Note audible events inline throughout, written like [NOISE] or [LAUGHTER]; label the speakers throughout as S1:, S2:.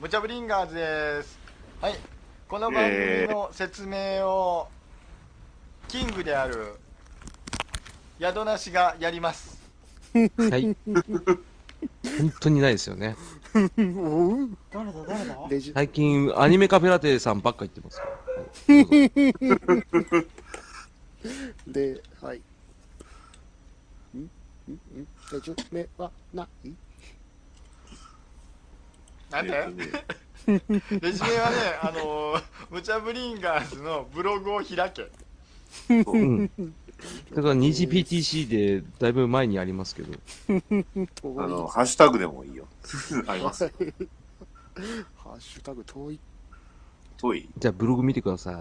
S1: ブチャブリンガーズです。はい、この番組の説明を、キングである、宿なしがやります。
S2: はい。本当にないですよね。
S3: 誰だ誰だ
S4: レジ
S2: 最近、アニメカフェラテさんばっか言ってますから。はいどうぞ
S4: で、はい。んんんレジュメはない
S1: なんで、 [LAUGHS] レジュメはね、あのー、ブチャブリンガーズのブログを開け。
S2: うん。だから、二次 PTC で、だいぶ前にありますけど。
S4: 遠い
S5: あの、ハッシュタグでもいいよ。あります。
S4: [LAUGHS] ハッシュタグ遠い。
S5: 遠い。
S2: じゃあ、ブログ見てくださ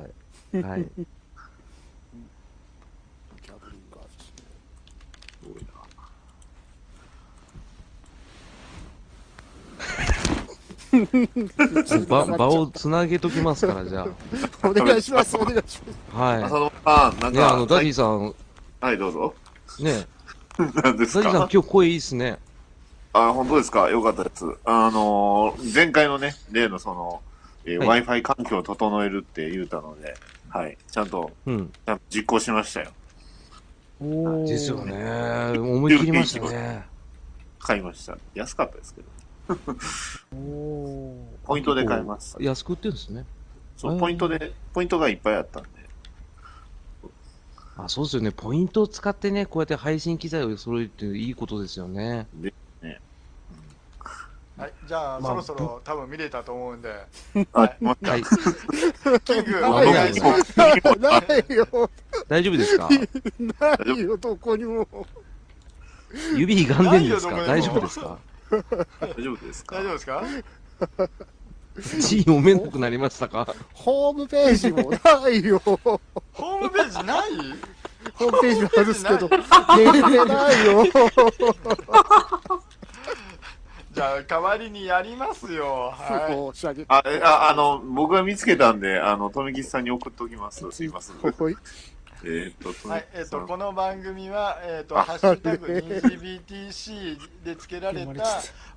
S2: い。はい。
S4: キャブリンガーズ
S5: 遠い
S4: [LAUGHS]
S6: [LAUGHS]
S2: ば場をつなげときますから、じゃ
S4: お願いします、お願いします。
S2: あ。は
S5: な。浅。野さん、な
S2: い
S5: ん
S2: ねあ
S5: か
S2: の、、ダディさん、
S5: はい、どうぞ。 [LAUGHS]
S2: ね
S5: 何で
S2: ダ
S5: す
S2: ディさん
S5: か
S2: 今日声いいっすね。
S5: あ、本当ですかよかったです。あのー、前回のね、例のその、えー
S2: は
S5: Wi-Fi 環境を整えるって言うたので、はい、ちゃんと、
S2: うん。
S5: ちゃんと実行しましたよ。
S4: お
S2: ですよ。ね。思い切りましたね。
S5: 買いました。安かったですけど。
S3: おー
S5: ポイントで買いました。
S2: 安く売ってるんですね。
S5: そう、ポイントで、ポイントがいっぱいあったん
S2: [LAUGHS]
S5: で。
S2: あ、そうですよね。ポイントを使ってね、こうやって配信機材を揃えるっていいことですよね。
S1: はい、じゃあ、
S2: まあ
S1: そろそろ多分見れたと思うんで、 [LAUGHS]
S5: あ、また
S2: はい。
S1: キング、お
S2: はい
S1: 願いしま
S4: [LAUGHS]
S1: す。
S4: ないよ、
S2: 大丈夫ですか
S4: ないよ、どこにも。
S2: 指歪んでるんですか
S1: ない
S2: 大
S1: よ
S2: 丈
S1: どこでも
S2: 夫ですか
S5: 大丈夫ですか
S1: 大丈夫ですか
S2: 字読めなくなりましたか
S4: ホームページもないよ。ホ
S1: ホームページない
S4: ームページは外すけど、レジュメない [LAUGHS] よ。
S1: じゃあ、代わりにやりますよ。は
S4: 申し上げて。
S5: あ、えあ、あの、僕が見つけたんで、あの、富吉さんに送っておきます。すいません。
S2: [LAUGHS]
S4: ほい
S5: えーっと、
S1: い。
S5: 富
S1: はい、えっ、と、
S5: さん
S1: この番組は、えっ、と、
S5: あ
S1: ハッシュタグ NGBTC で付けられた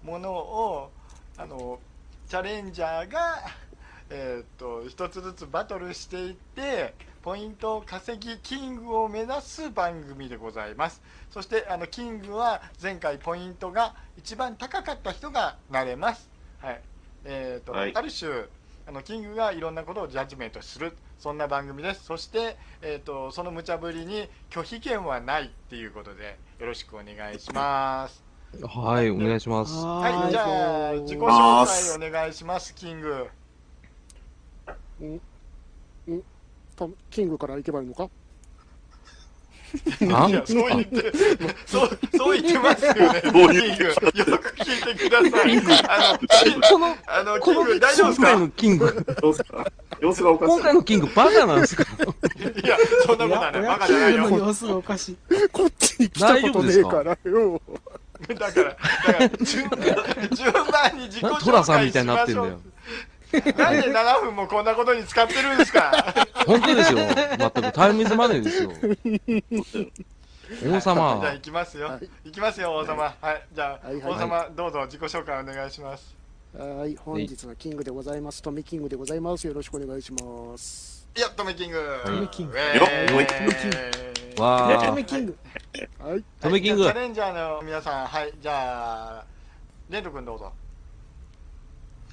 S1: ものを、あの、チャレンジャーが、えっ、と、一つずつバトルしていって、ポイントを稼ぎ、キングを目指す番組でございます。そして、あの、キングは前回ポイントが一番高かった人がなれます。はい。えっ、と、
S5: はい
S1: ある種、あのキングがいろんなことをジャッジメントするそんな番組ですそして、えー、とその無茶ぶりに拒否権はないっていうことでよろしくお願いします
S2: はい、お願いします。
S1: はい
S3: は
S1: じゃあ
S3: どうぞ
S1: 自己紹介お願いしますキング
S4: とキングから行けばいいのか
S2: あ
S1: いやそう言ってそうそう言ってますよねキングよく聞いてくださいあ
S2: この、
S1: のあのキ
S2: こ
S1: ン
S2: の、
S1: グ大丈夫で
S2: 今
S1: す
S2: 回
S1: か
S2: のキング、
S5: どうすか様子がおかし
S2: 今
S5: い。
S2: 回のキングバカなんですか
S1: いやそんなことはない
S3: おや
S1: バカじゃない
S3: おやキン
S1: よ
S3: グの様子がおかしい。
S4: [LAUGHS] こっちに来たことねえからよ。
S1: だからだから順番順番に自己
S2: なんで
S1: 紹
S2: トラさん
S1: 介
S2: みた
S1: し
S2: いにな
S1: ま
S2: ってん
S1: しょ
S2: だ
S1: う
S2: よ。
S1: なんで7分もこんなことに使ってるんですか
S2: 本当ですよ。全くタイムイズマネーですよ。
S1: [LAUGHS] じ
S2: 王
S1: ゃあ
S2: 様
S1: 行、きますよ、
S4: はい
S1: 行きますよ王様はい、じゃあ、
S4: はいはい
S1: 王様どうぞ自己紹介お願いします
S4: はい、本日はキングでございます。トミキングでございます。よろしくお願いします。
S1: いやトメキングト
S3: メキング
S5: よっ
S3: トメキング
S2: わ
S3: ト
S2: ー
S3: メキング。
S4: はい、
S2: トメキング
S1: チャレンジャーの皆さんはいじゃあレント君どうぞ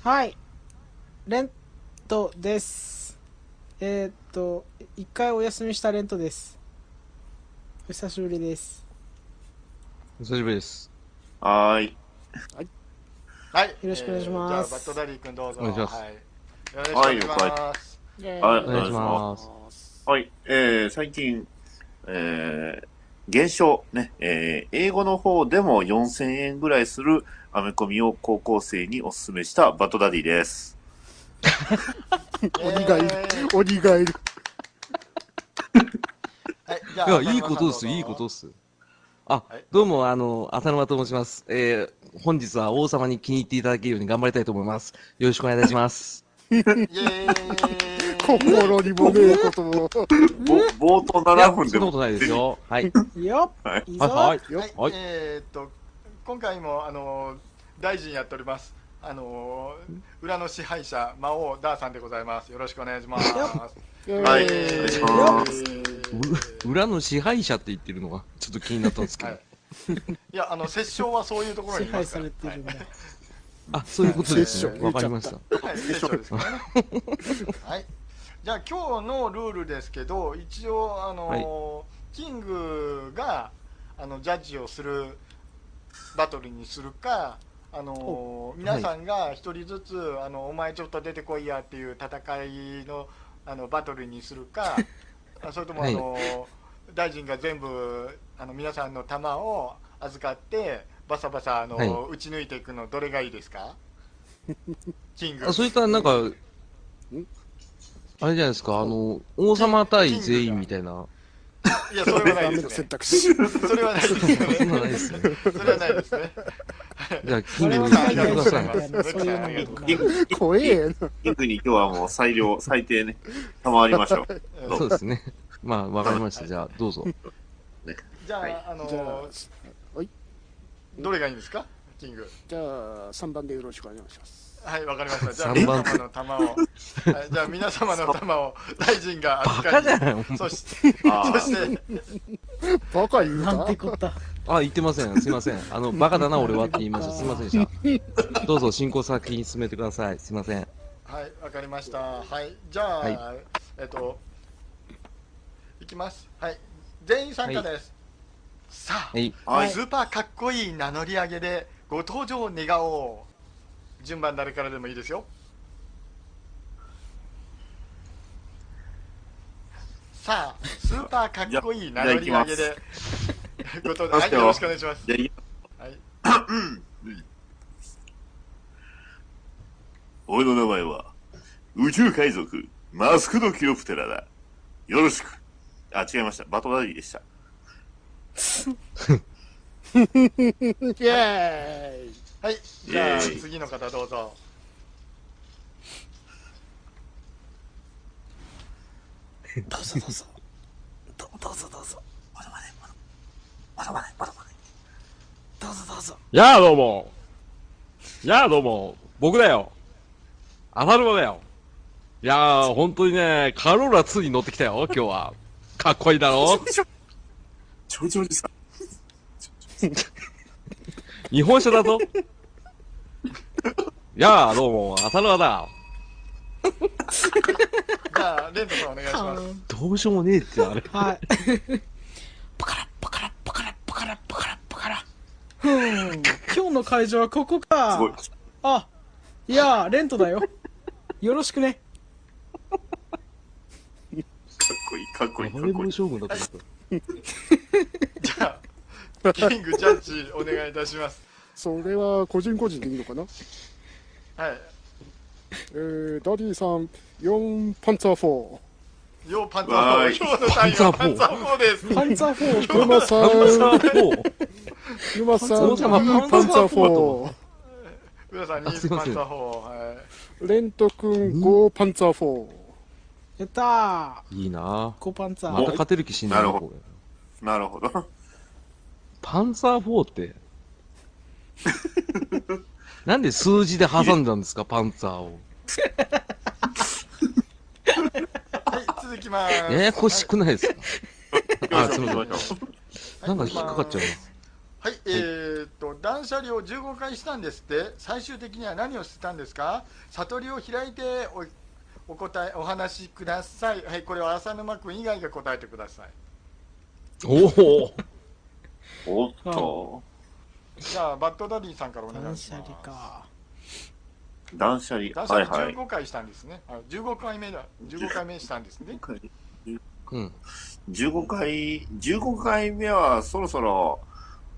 S3: はい。レントです。えーっと、一回お休みしたレントです。お久しぶりです。
S2: お久しぶりです。
S5: はーい。
S1: はいよ
S3: ろしくお願いします
S1: じゃあバットダディ君どうぞ
S2: お願いします
S1: はい、よろしくお願いします、
S5: はい、
S2: お願いします。
S4: す。
S5: はい、えー、最近、えー、減少、ね、えー、英語の方でも4000円ぐらいするアメコミを高校生にお勧めしたバトダディです。
S4: 鬼がいる、鬼がいる。
S1: はいじゃ
S2: い
S1: あ
S2: や、いいことです、いいこと
S1: は
S2: です。あ
S1: はい、
S2: どうも、あの、浅沼と申します。えー、本日は王様に気に入っていただけるように頑張りたいと思います。よろしくお願いいたします。
S1: イエーイ
S4: 心にもねえことを。
S5: ぼ冒頭7分で
S2: そん
S5: も
S2: なことないですよ。はい。
S3: よっ、
S5: はい
S3: いいぞ、
S2: はいはい。
S1: はい、えーっと今回もあの大臣やっておりますあのー裏の支配者魔王ダーさんでございますよろしくお願いします
S5: はい
S4: イ
S5: お
S4: エ
S5: 願い
S4: ー
S5: し
S4: イ
S5: ます
S2: う裏の支配者って言ってるのが、ちょっと気になったんですけど。
S1: はいいやあの殺傷はそういうところ
S3: 支
S1: にいま
S3: 配
S1: すか
S3: さ
S1: ら
S3: れてるんだ。
S2: あ、そういうことです
S4: 殺
S2: ね。
S4: 生
S2: わかりました。
S1: はい、聖書ですからね。 [LAUGHS] はい。じゃあ今日のルールですけど、一応あのーキングがあのジャッジをするバトルにするか、あのー皆さんが一人ずつ、あのお前ちょっと出てこいやっていう戦いのあのバトルにする
S2: [LAUGHS]
S1: か、あそれともあのー大臣が全部あの皆さんの弾を預かってバサバサあのー、
S2: は
S1: 打ち抜いていくのどれがいいですか？キング。
S2: あそれとはなんか、あれじゃないですか、あの、王様対全員みたいな。
S1: いや、それはな
S4: ダ
S1: い
S4: メ
S1: で
S4: な
S1: す
S4: 選
S1: ね。
S4: 択肢。
S1: それはないですね。
S2: そんなのないですね。
S1: それはないですね。
S2: じゃあ、キ
S3: そ
S2: ン
S3: れ
S2: グ
S3: は
S2: に
S3: 海
S2: 行ってくだ
S3: 外の人
S2: さ
S3: だか
S2: い。
S3: らねそういうの見るか
S5: キン
S3: ら。
S5: グ
S4: 怖え
S5: キングに今日はもう最良、最低ね、賜りましょ
S2: [LAUGHS]
S5: う。
S1: うん
S2: そうですね。まあ、わかりました。じゃあ、どうぞ。
S1: じゃあ、
S5: はい
S1: あ
S4: な。じゃあ
S1: の、、
S4: はい。
S1: どれがいいんですかキング。
S4: じゃあ、3番でよろしくお願いします。
S1: はい、わかりました。じゃあ、
S2: 三
S1: 皆
S2: 番
S1: 様の玉を。はいじゃあ、皆様の玉を大臣が預
S2: バカじゃ
S1: か
S2: ないお
S1: り、
S2: 前
S1: そして、
S5: あ
S1: そ
S5: ー
S1: して、
S4: バカ言う
S3: なん
S4: な
S3: て。こった。
S2: あ、言ってません。すいません。あの、バカだな、俺はって言いました。すいませんでした。どうぞ、進行先に進めてください。すいません。
S1: はい、わかりました。はい、じゃあ
S2: は、
S1: えっと、いきます。はい、全員参加です。さあ
S2: は、い。
S5: はい
S1: ス。ーパーかっこいい名乗り上げでご登場願おう順番誰からでもいいですよさあスーパーかっこいい名乗り上げ
S5: じゃ
S1: でご登場は
S5: 行きます
S1: いよろしくお願いします
S5: じゃあいい、
S1: はい
S5: 俺の名前は、宇宙海賊、マスクドキロプテラだ。よろしく。あ、違いました。バトダディでした。
S4: イェーイ
S1: はいじゃあ
S5: イエーイ
S1: 次の方どうぞ
S4: どうぞどうぞ。どどうぞどうぞ。まだまだまだまだまだまだ。どうぞどうぞ。
S7: やあどうも。やあどうも。僕だよ。アファルマだよ。いやあ、本当にね、カローラ2に乗ってきたよ、今日は。 [LAUGHS] かっこいい
S2: [LAUGHS]
S7: だろ
S5: ちょいちょい
S4: [LAUGHS]
S5: さん。
S7: 日本車だぞ。やあどうも、アファルマだ。
S1: じゃあレントさんお願いします
S2: どうしようもねえって、あ
S7: [LAUGHS]
S2: れ。
S3: はい。
S4: パカラッパカラッパカラッパカラッパカラッパカラッ。
S3: うん今日の会場はここ
S5: すごい
S3: か。。あ、いやー、レントだよ。よろしくね。
S5: かっこいい、かっこいい、か
S2: 暴
S5: っ
S2: れ
S5: こい
S2: 者
S5: い。
S2: 将軍だと思った。
S1: じゃあキングジャッジお願いいたします
S4: それは個人個人でいいのかな
S1: はい
S4: えー、ダディさん、4パンツァー4。
S1: ようパンツァ
S5: わ
S1: ー
S5: ー
S1: 4
S5: い
S1: 今日の対応パ
S2: パ
S1: ン
S2: ン
S1: ツ
S2: ツ
S1: ァ
S2: ァ
S1: ー4です
S3: パンツァー4。
S4: [LAUGHS] ユマさん、ユマさん、
S2: 王様
S4: 2パ
S2: パ
S4: ン
S2: ン
S4: ツ
S2: ツ
S4: ァー
S2: ァー
S4: 4
S2: 4。
S1: 皆さん
S2: あすい
S1: 2
S2: ま
S1: パン
S2: せ
S1: ツ
S2: ん
S1: ァー4はい
S4: レント君、5パンツァー
S3: やったー。
S2: いいな
S3: 5パンツァ
S2: ぁ。
S3: ー
S2: また。勝てる気しない
S5: なる
S2: な、
S5: ほど
S2: これ。
S5: なるほど。
S2: パンサー4って。なんで数字で挟んだんですか、パンツァーを。
S1: はい、続きます。
S2: ややこしくないですかあ、すみ
S5: 行
S2: ま
S5: きましょう
S2: せん。なんか引っかかっちゃうな。
S1: はい、えーっと、断捨離を15回したんですって、最終的には何をしてたんですか悟りを開いておお答え、お話しください。はい、これは浅沼君以外が答えてください。
S2: おお
S5: おっと、
S1: じゃあ、バッドダディさんからお願
S3: 断
S1: いし
S3: 捨
S1: ま
S3: 離
S1: す。
S3: か。
S5: 断捨離。
S1: 断
S5: は
S1: 捨
S5: いは
S1: 離
S5: い。
S1: 15回したんですね。はい、15回目だ、15回目したんです
S5: [LAUGHS]
S1: ね。
S2: うん。
S5: 15回、15回目はそろそろ、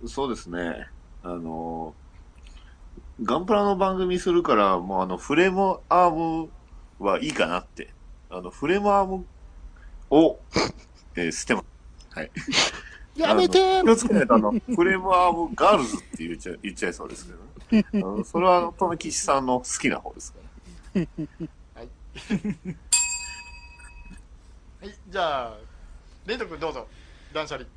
S5: そうですね、あの、ガンプラの番組するから、もうあの、フレームアームはいいかなって。あの、フレームアームを、えー捨てます。
S4: 4。やめて
S5: あの気をつけないと、あの、フレームアームガールズって言っちゃ言っちゃいそうですけどね。あのそれは、あの、富吉さんの好きな方ですから。
S1: はい、じゃあ、レント君どうぞ。断捨離。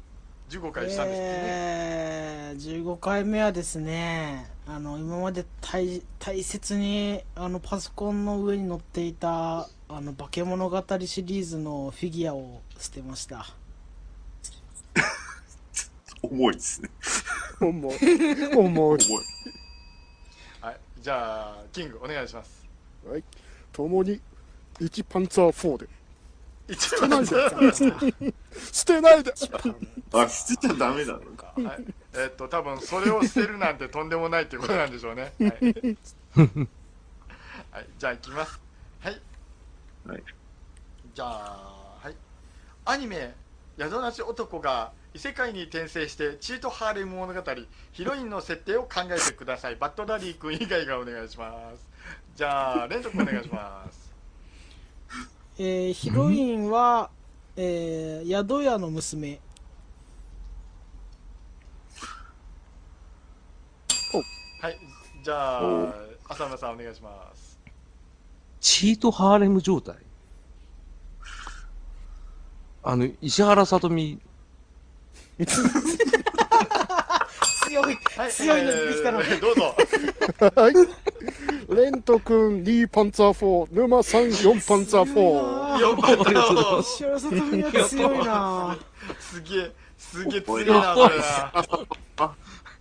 S1: 15回したんですってね、
S3: えー15回目はですねあの今まで大大切にあのパソコンの上に載っていたあの化け物語シリーズのフィギュアを捨てました
S5: 重いですね。
S4: 思う。思う。
S5: 重い。
S1: はい、じゃあキングお願いします
S4: はい。共に、1パンツァー4で。
S1: 一番じゃ
S4: [LAUGHS] 捨てないで
S5: あ、捨てちゃダメだ。
S1: はい、えっと多分それを捨てるなんてとんでもないっていうことなんでしょうねはい、はい、じゃあいきますはい、
S5: はい、
S1: じゃあはいアニメ「宿なし男」が異世界に転生してチートハーレム物語ヒロインの設定を考えてくださいバッドダディ君以外がお願いしますじゃあ連続お願いします
S3: えーヒロインは、えー宿屋の娘
S1: はいじゃ
S5: お
S1: あ
S5: う
S1: 浅村さんお願いします
S2: チートハーレム状態あの、石原さとみ、
S3: 強い
S1: はい
S3: 強いの出てきたの
S1: えーどうぞ
S4: はい。レント君、リーパンツァー4、沼さん、4パンツァー4。
S1: よか
S3: [LAUGHS]
S1: ったよ
S3: 石原さとみは強いな
S1: すげえ、すげえ強いな、これな。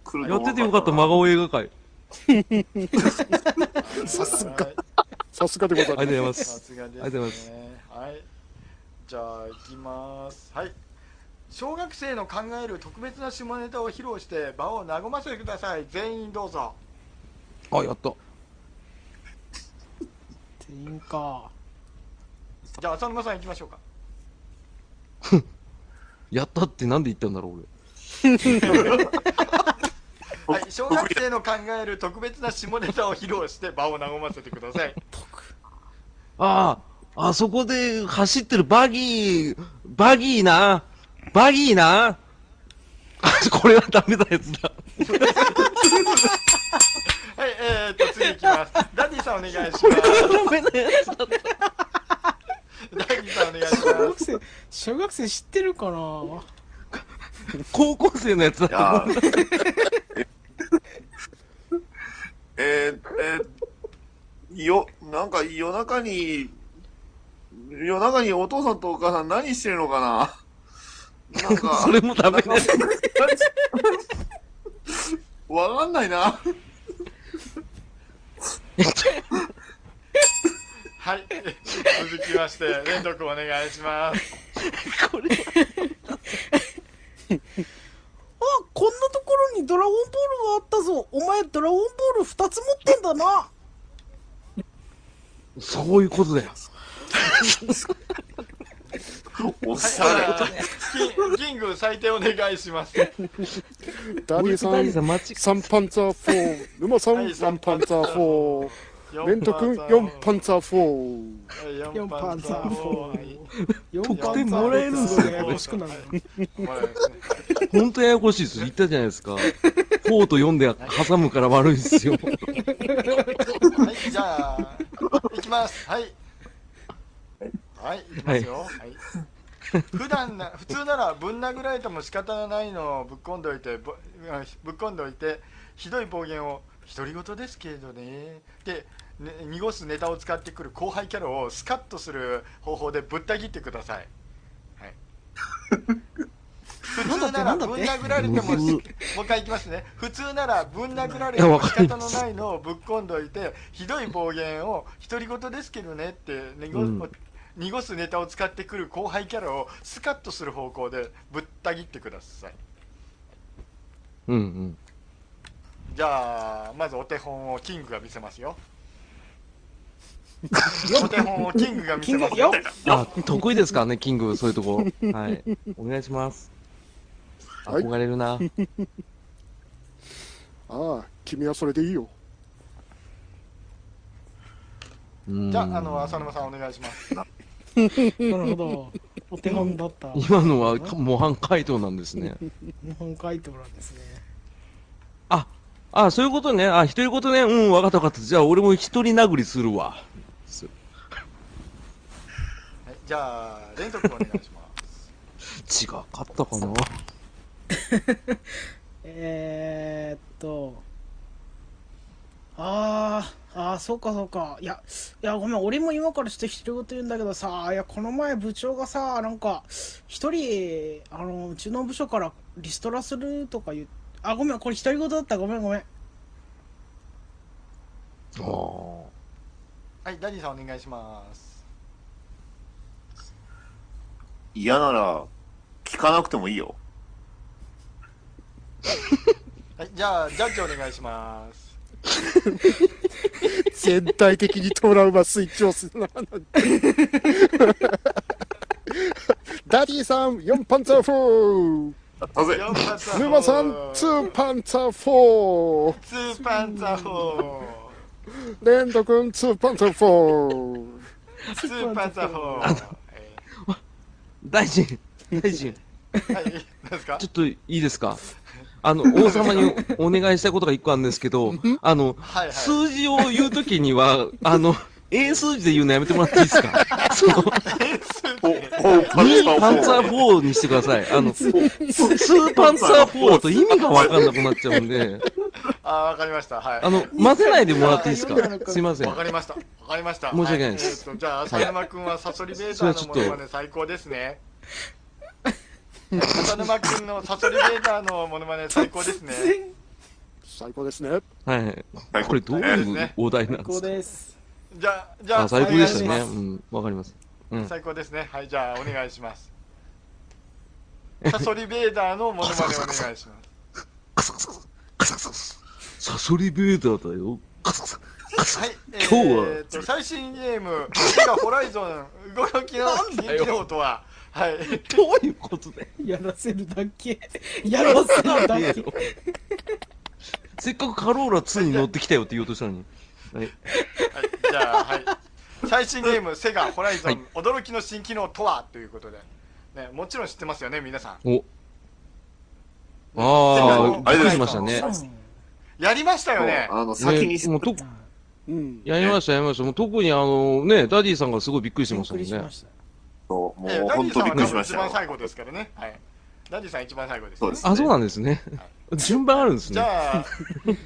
S5: 来る
S2: や
S5: の
S2: っててよかった、真顔映画界。
S1: さすが。
S4: さすがでござい
S2: あ
S4: ま
S2: りがとう
S4: す。
S2: ございま
S1: さ
S2: す。
S1: すがです、ね。
S2: ありがとうございます
S1: はい。じゃあ、行きます。はい。小学生の考える特別な下ネタを披露して場を和ませてください。全員どうぞ。
S2: あ、やった。
S3: 店員か
S1: じゃあ、浅沼さん行きましょうか。
S2: やったってなんで言ったんだろう、俺。
S1: はい。小学生の考える特別な下ネタを披露して場を和ませてください。
S2: ああ、あそこで走ってるバギー、バギーな、バギーな。これはダメなやつだ。
S1: はい。えー、っと、次行きます。ダディさんお願いします。
S2: ダメなやつだ。
S1: ダディさんお願いし
S3: 小
S1: ま
S3: 学生小学生知ってるかな
S2: 高校生のやつ
S5: いや
S2: だ。
S5: ー [LAUGHS] えー、えー、よ、なんか夜中に、夜中にお父さんとお母さん何してるのかななんか、
S2: それもダメなやつ。
S5: わかんないな。
S1: す。はい。続きまして、レント君お願いします。
S2: これは
S3: あ、こんなところにドラゴンボールがあったぞ。お前、ドラゴンボール2つ持ってんだな。
S2: そういうことだよ。
S5: おっさん
S1: はいキンキング最低お願いします。はい、
S4: ダディさ
S2: ダディ
S4: ん
S2: さ、ん、間違え
S4: 3パンツァー4、沼さん、4パンツァー4。レント君、4パンツァー
S1: 4パンツァー4
S3: 4
S1: 得点もらえるんすよ
S3: ややこしくなる。
S2: た。ほんとややこしいです。言ったじゃないですか。4と4で挟むから悪いですよ。
S1: はい、じゃあ、いきます。はい。はい、いきますよ。はい。普段な、普通ならぶん殴られても仕方がないのをぶっこんどいて、ぶぶっこんどいて、ひどい暴言を、独り言ですけれどね。で、ね、濁すネタを使ってくる後輩キャラをスカッとする方法でぶった切ってください。はい。普通ならぶん殴られてもし [LAUGHS] もう一回いきますね。普通ならぶん殴られて
S2: いや
S1: も
S2: わ
S1: 仕
S2: かり
S1: 方
S2: ま
S1: の
S2: す
S1: ないのをぶっこんどいて、ひどい暴言を独り言ですけどねって濁,、
S2: うん
S1: 濁すネタを使ってくる後輩キャラをスカッとする方向でぶった切ってください。
S2: うんうん。
S1: じゃあ、まずお手本をキングが見せますよ。お手本をキングが見せますよ
S3: キ。
S2: あ、得意ですからね、キング、そういうとこ。はい。お願いします。
S4: はい
S2: 憧れるな。
S4: 4。ああ、君はそれでいいよ。
S2: じ
S1: じゃあ、あの、浅沼さんお願いします。
S3: なるほど。お手本だった。日
S2: 今のは模範解答なんですね。
S3: 本書いてもらうんですね。
S2: あ、そういうことね。あ、一人ことね。うん、わかったわかった。じゃあ、俺も一人殴りするわ。
S1: はい、じゃあ、連続お願いします。
S2: 違かったかな
S3: えーっと、あー、あー、そうかそうか。いや、いや、ごめん、俺も今からちょっと一人ごと言うんだけどさ、いや、この前部長がさ、なんか、一人、あの、うちの部署からリストラするとか言う、あ、ごめん、これ独り言だった。ごめん、ごめん。
S1: はいダニーさんお願いします
S5: 嫌なら、聞かなくてもいいよ。
S1: はいじゃあジャッジお願いします
S6: 全体的にトラウマスイッチをするななん [LAUGHS] てダディさん4パンツァー4
S5: あぜ
S1: よかった
S6: [LAUGHS] 沼さん2パンツァー
S1: ツーパンツァー4
S6: 4レンド君2パンツァー4
S1: ツーパンツァー4
S2: 大臣、大臣、
S1: はい何ですか
S2: ちょっといいですかあの、王様にお願いしたいことが一個あるんですけど、あの、
S1: はいはい
S2: 数字を言うとき
S1: [LAUGHS]
S2: には、あの、英数字で言うのやめてもらっていいですかその、
S5: お、お、パンツァー
S2: 2パンツァ
S5: 4。
S2: ー4にしてください。あの、2パンツァー4と意味がわかんなくなっちゃうんで、
S1: あーわかりましたはい
S2: あの、混ぜないでもらっていいですかすいません
S1: わ。かりました。わかりました。
S2: 申し訳ないです
S1: はえーとじゃあ、浅沼君はサソリベーターのものまね最高ですね。浅沼君のサソリベーターのものまね最高ですね。
S6: 最高ですね
S2: はい。これどういうお題なんで
S3: こう
S2: すか
S3: です。
S1: じゃあ、じゃあ、
S2: あ、最高でした
S1: お
S2: ね。
S1: 願いし
S2: うん、わかります。
S1: ます最高ですね。はい、じゃあ、お願いします。サソリベーターのものまねお願いします。
S2: サソリベーターだよ。 [LAUGHS]
S1: はい、え
S2: 今日は
S1: ーと最新ゲーム、セガホライゾン動きの人気のとは、はい、
S2: どういうことだよ。
S3: [LAUGHS] やらせるだけ。 [LAUGHS] やらせる
S2: [LAUGHS]
S3: だけ。
S2: せっかくカローラ2に乗ってきたよって言おうとしたのに。
S1: はい、じゃあ、はい。最新ゲーム、セガ、ホライゾン、驚きの新機能とはということで、ね、もちろん知ってますよね、皆さん。
S2: お。ああ、
S5: あれで
S2: びっくり
S5: す
S2: しましたね。
S1: やりましたよね。
S5: あの、先に
S2: ねもうと
S6: うん
S2: やりました、やりました。もう特にあの、ね、ダディさんがすごいびっくりして
S3: び
S2: ま
S3: っ
S2: したも
S3: く
S2: ん
S3: りし
S2: ね
S3: ま。した。
S5: もう
S1: えーダ
S5: 本
S1: ディさ
S5: 当
S1: ん
S5: びっ
S1: は多
S5: くりし
S1: 分
S5: まし
S1: 一
S5: た
S1: 番
S5: よ。
S1: 最後ですからね。はい。ダディさん一番最後です、ね。
S5: そうです
S2: あ、そうなんですね。順番あるんです
S1: じ
S2: ね。
S1: ゃあ、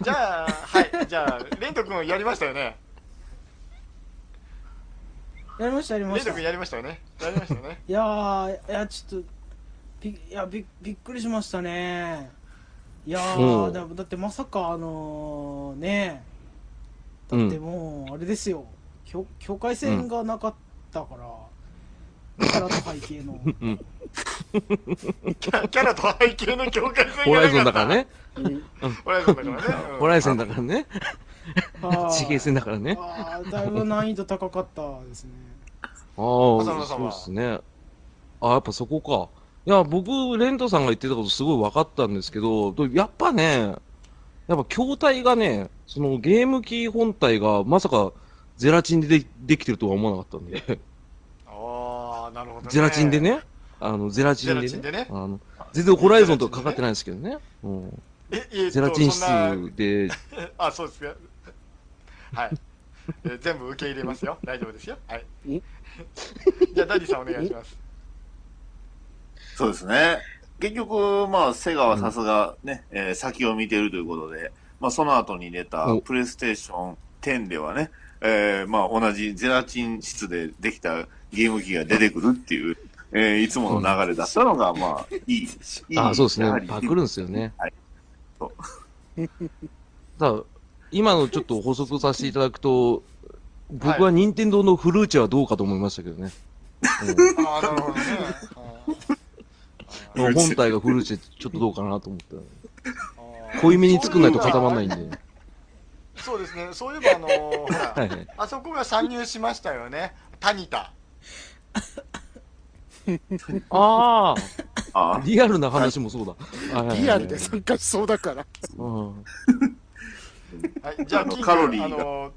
S1: じゃあ、はい、じゃあ、レント君やりましたよね。
S3: やりました、やりま
S1: レン
S3: し
S1: ト
S3: た。
S1: 君やりましたよね。やりましたよね。
S3: いやー、いや、ちょっと、び、いや、び、びっくりしましたね。いや
S2: う
S3: ー、
S2: ん
S3: だだってまさか、あのー、ね
S2: う
S3: で
S2: ん。
S3: も、あれですよ。境境界線がなかったから、キャラと背
S2: [LAUGHS]
S3: 景の。
S1: キャキャラと背景の境界線
S2: ホ
S1: が
S2: ライゾ
S1: な
S2: ン
S1: か
S2: だ
S1: っ
S2: から
S1: た。
S2: ね。
S1: ホライゾンだからね。うん
S2: ホライゾンだからね。
S3: あー
S2: 地平線だからね。
S3: あーだいぶ難易度高かったですね。
S2: ああ、
S1: 浅野さ
S2: そ
S1: ん
S2: うで
S1: は
S2: すね。あやっぱそこか。いや、僕、レントさんが言ってたことすごい分かったんですけど、とやっぱね、やっぱ筐体がね、そのゲーム機本体がまさかゼラチンででできてるとは思わなかったんで、
S1: ああ、なるほど、ね。
S2: ゼラチンで。ね、あの、ゼラチンでね、
S1: ゼラチンでね
S2: あの全然ホライゾンとかかかってないですけどね、うん、
S1: え、えっと
S2: ゼラチン
S1: そんな
S2: 室で、
S1: あ、そうですか。 [LAUGHS] はい。えー全部受け入れます
S2: [LAUGHS]
S1: よ。大丈夫ですよ。はい。
S6: え
S1: [LAUGHS] じゃあ、ダディさんお願いします。
S5: そうですね。結局、まあ、セガはさすがね、えー先を見てるということで、まあ、その後に出た
S2: お
S5: プレイステーション10ではね、えーまあ、同じゼラチン室でできたゲーム機が出てくるっていう、えーいつもの流れだったのが、まあ、いい。いい
S2: あそうです
S5: やは
S2: ね、
S5: り
S2: パクるんですよね。
S5: はいそう
S2: ただ、今のちょっと補足させていただくと、僕は任天堂のフルーチェはどうかと思いましたけどね。うん
S1: ああ、なるほどね。
S5: ルーチェ
S2: 本体がフルーチェちょっとどうかなと思った。
S1: あー
S2: 濃いめに作んないと [LAUGHS] 固まらないんで。
S1: そうですね。そういえば、あ
S2: [LAUGHS]
S1: のーほら、
S2: はいはい。
S1: あそこが参入しましたよね。タニタ。
S2: あ
S5: あ
S2: あ、リアルな話もそうだ。はいはいはい
S6: リアルで。参加しそうだから
S2: うん。
S1: はい。じゃあ、
S5: あの
S1: 金
S5: カロリーが
S1: あの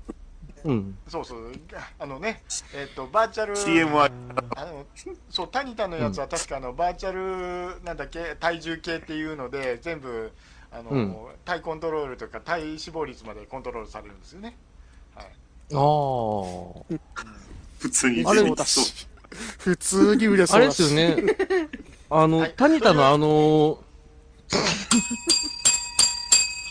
S2: うん。
S1: ーそうそう。あのね、えっ、と、バーチャル。
S5: CM は、
S1: あのそう、タニタのやつは確かあの、バーチャルなんだっけ、体重計っていうので、全部あの、
S2: うん
S1: 体コントロールとか、体脂肪率までコントロールされるんですよね。
S2: ああ。
S5: 普通に
S6: あれ
S5: 出て
S6: も
S5: き
S6: だ
S5: そう。
S6: し普通に売れそ
S2: あ
S6: う
S2: れ
S6: だ
S2: ですよ
S6: し
S2: ね。あの、
S1: はい
S2: タニタのあの、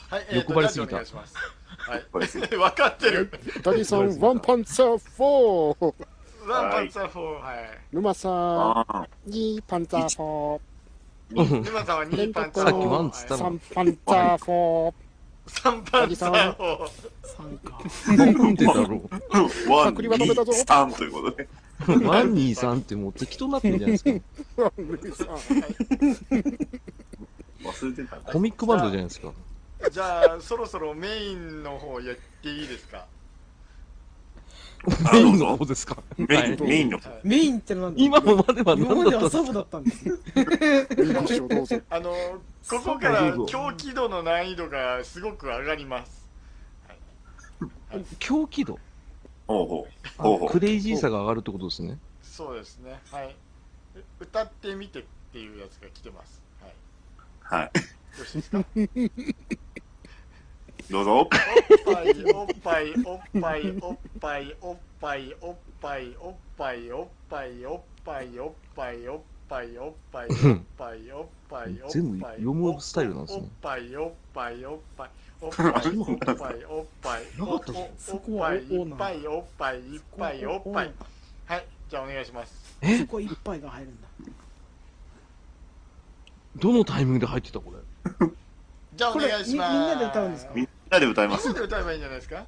S1: はい、えーと
S2: 欲張りすぎた
S1: ダッシュお願いし
S5: これす
S1: [LAUGHS] ます分かってる
S6: ダディさん、ワンパンツァー4。
S1: ワンパンツァーフォーはい
S6: 沼さ
S5: ああ
S6: ん、2パンツァー4。
S1: 沼さんは2パンツァー
S2: さっきワンつったの
S6: 3パンツァー4。
S1: 3パンツァーフォー
S3: 3か。
S2: なんでだろ
S5: ワン、
S6: 隔離は止めたぞ
S5: スタンということで。
S2: う。ワン、ニーさんってもう適当になってるじゃないですか。
S5: 忘れてた。
S2: コミックバンドじゃないですか。
S1: じゃあそろそろメインの方やっていいですか
S2: メインの方ですか。
S5: メイン、
S2: はい
S5: メインの。
S1: はい
S3: メインってなんだ
S2: 今までは
S3: 今
S2: 何
S3: まで
S2: だ
S3: は
S2: った
S3: サ
S2: んですか
S3: ブだったんですね。
S6: をどうぞ。
S1: あのここから狂気度の難易度がすごく上がります
S2: 狂気度。
S5: ほうほう。
S2: あ
S5: ほうほう
S2: ク。レイジーさが上がるってことですね。
S1: そうですねはい歌ってみてっていうやつが来てますはい
S5: はい。
S1: よろしいですか
S5: どうぞ。
S1: おっぱいおっぱいおっぱいおっぱいおっぱいおっぱいおっぱいおっぱいおっぱいおっぱいおっぱいおっぱいおっぱいおっぱいおっぱいおっぱい
S2: 全部読むスタイルなんですね
S1: おっぱいおっぱいおっぱいおっぱいおっぱいおっぱい
S2: なかった
S1: お
S2: ぞ
S1: っ
S3: そこは
S1: ぱい
S3: お
S1: い
S3: お
S1: っ
S3: な
S1: ぱいおっぱいいっぱいおっぱいはいじゃあお願いします
S3: そこ一杯が入るんだ。
S2: どのタイミングで入ってたこれ。
S1: じゃあお
S3: これ
S1: 願いし
S3: みみん
S1: ます
S3: なで歌うんですか
S5: みんなで歌い
S1: み
S5: ま
S1: んな
S5: す。
S1: で歌えばいいんじゃないですか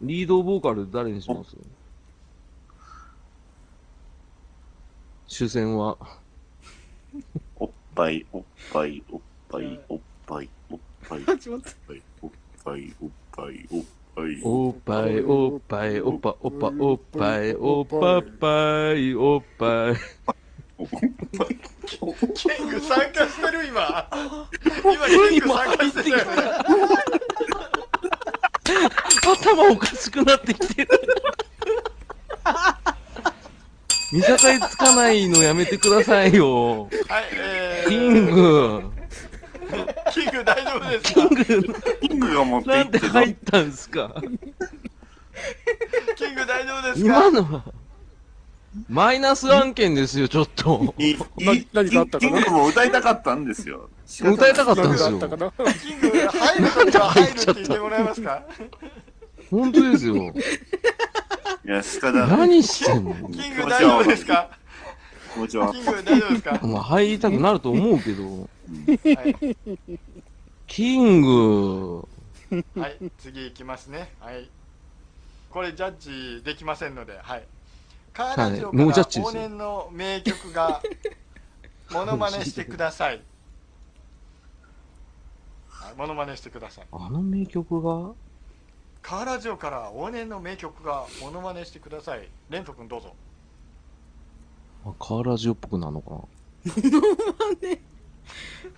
S2: リードボーカル誰にします主戦は。
S5: おっぱい、おっぱい、おっぱい、おっぱい、おっぱい、おっ
S3: 始まった。
S5: ぱい、おっぱい、おっぱい、おっぱい。
S2: おっぱい、おっぱい、おっぱ、おっぱ、おっぱい、おっぱっぱい、おっぱい。
S1: ケンク参加してる今今ケンク参加してる
S2: 頭おかしくなってきてる。見境つかないのやめてくださいよ。
S1: はいえー
S2: キング。
S1: キング大丈夫ですか
S5: キングが持って
S2: ない
S5: っ
S2: んで
S5: て
S2: 入ったんすか
S1: キング大丈夫です
S2: 今
S1: か
S2: のは、マイナス案件ですよ、ちょっと。
S5: いい
S6: 何何かあったかな
S5: キングも歌いたかったんですよ。
S2: 歌いたかったんです
S6: 何
S2: よ
S6: かあった。かな
S1: キング入る時は入るって言ってもらえますか
S2: 本当ですよ。
S5: いや、仕方ない。
S2: 何してんの
S1: キング大丈夫ですか
S5: 気持ちは
S1: キ。ング大丈夫ですか
S2: まあ入りたくなると思うけど。
S1: はい、
S2: キング。
S1: はい、次行きますねはいこれジャッジできませんのではいカーラジオか
S2: はいノージャッ
S1: ら
S2: ジで
S1: 往
S2: すよ
S1: 年の名曲がモノマネしてくださいはいモノマネしてください
S2: あの名曲が
S1: カーラジオから往年の名曲がモノマネしてくださいレント君どうぞ
S2: あカーラジオっぽくなるのかな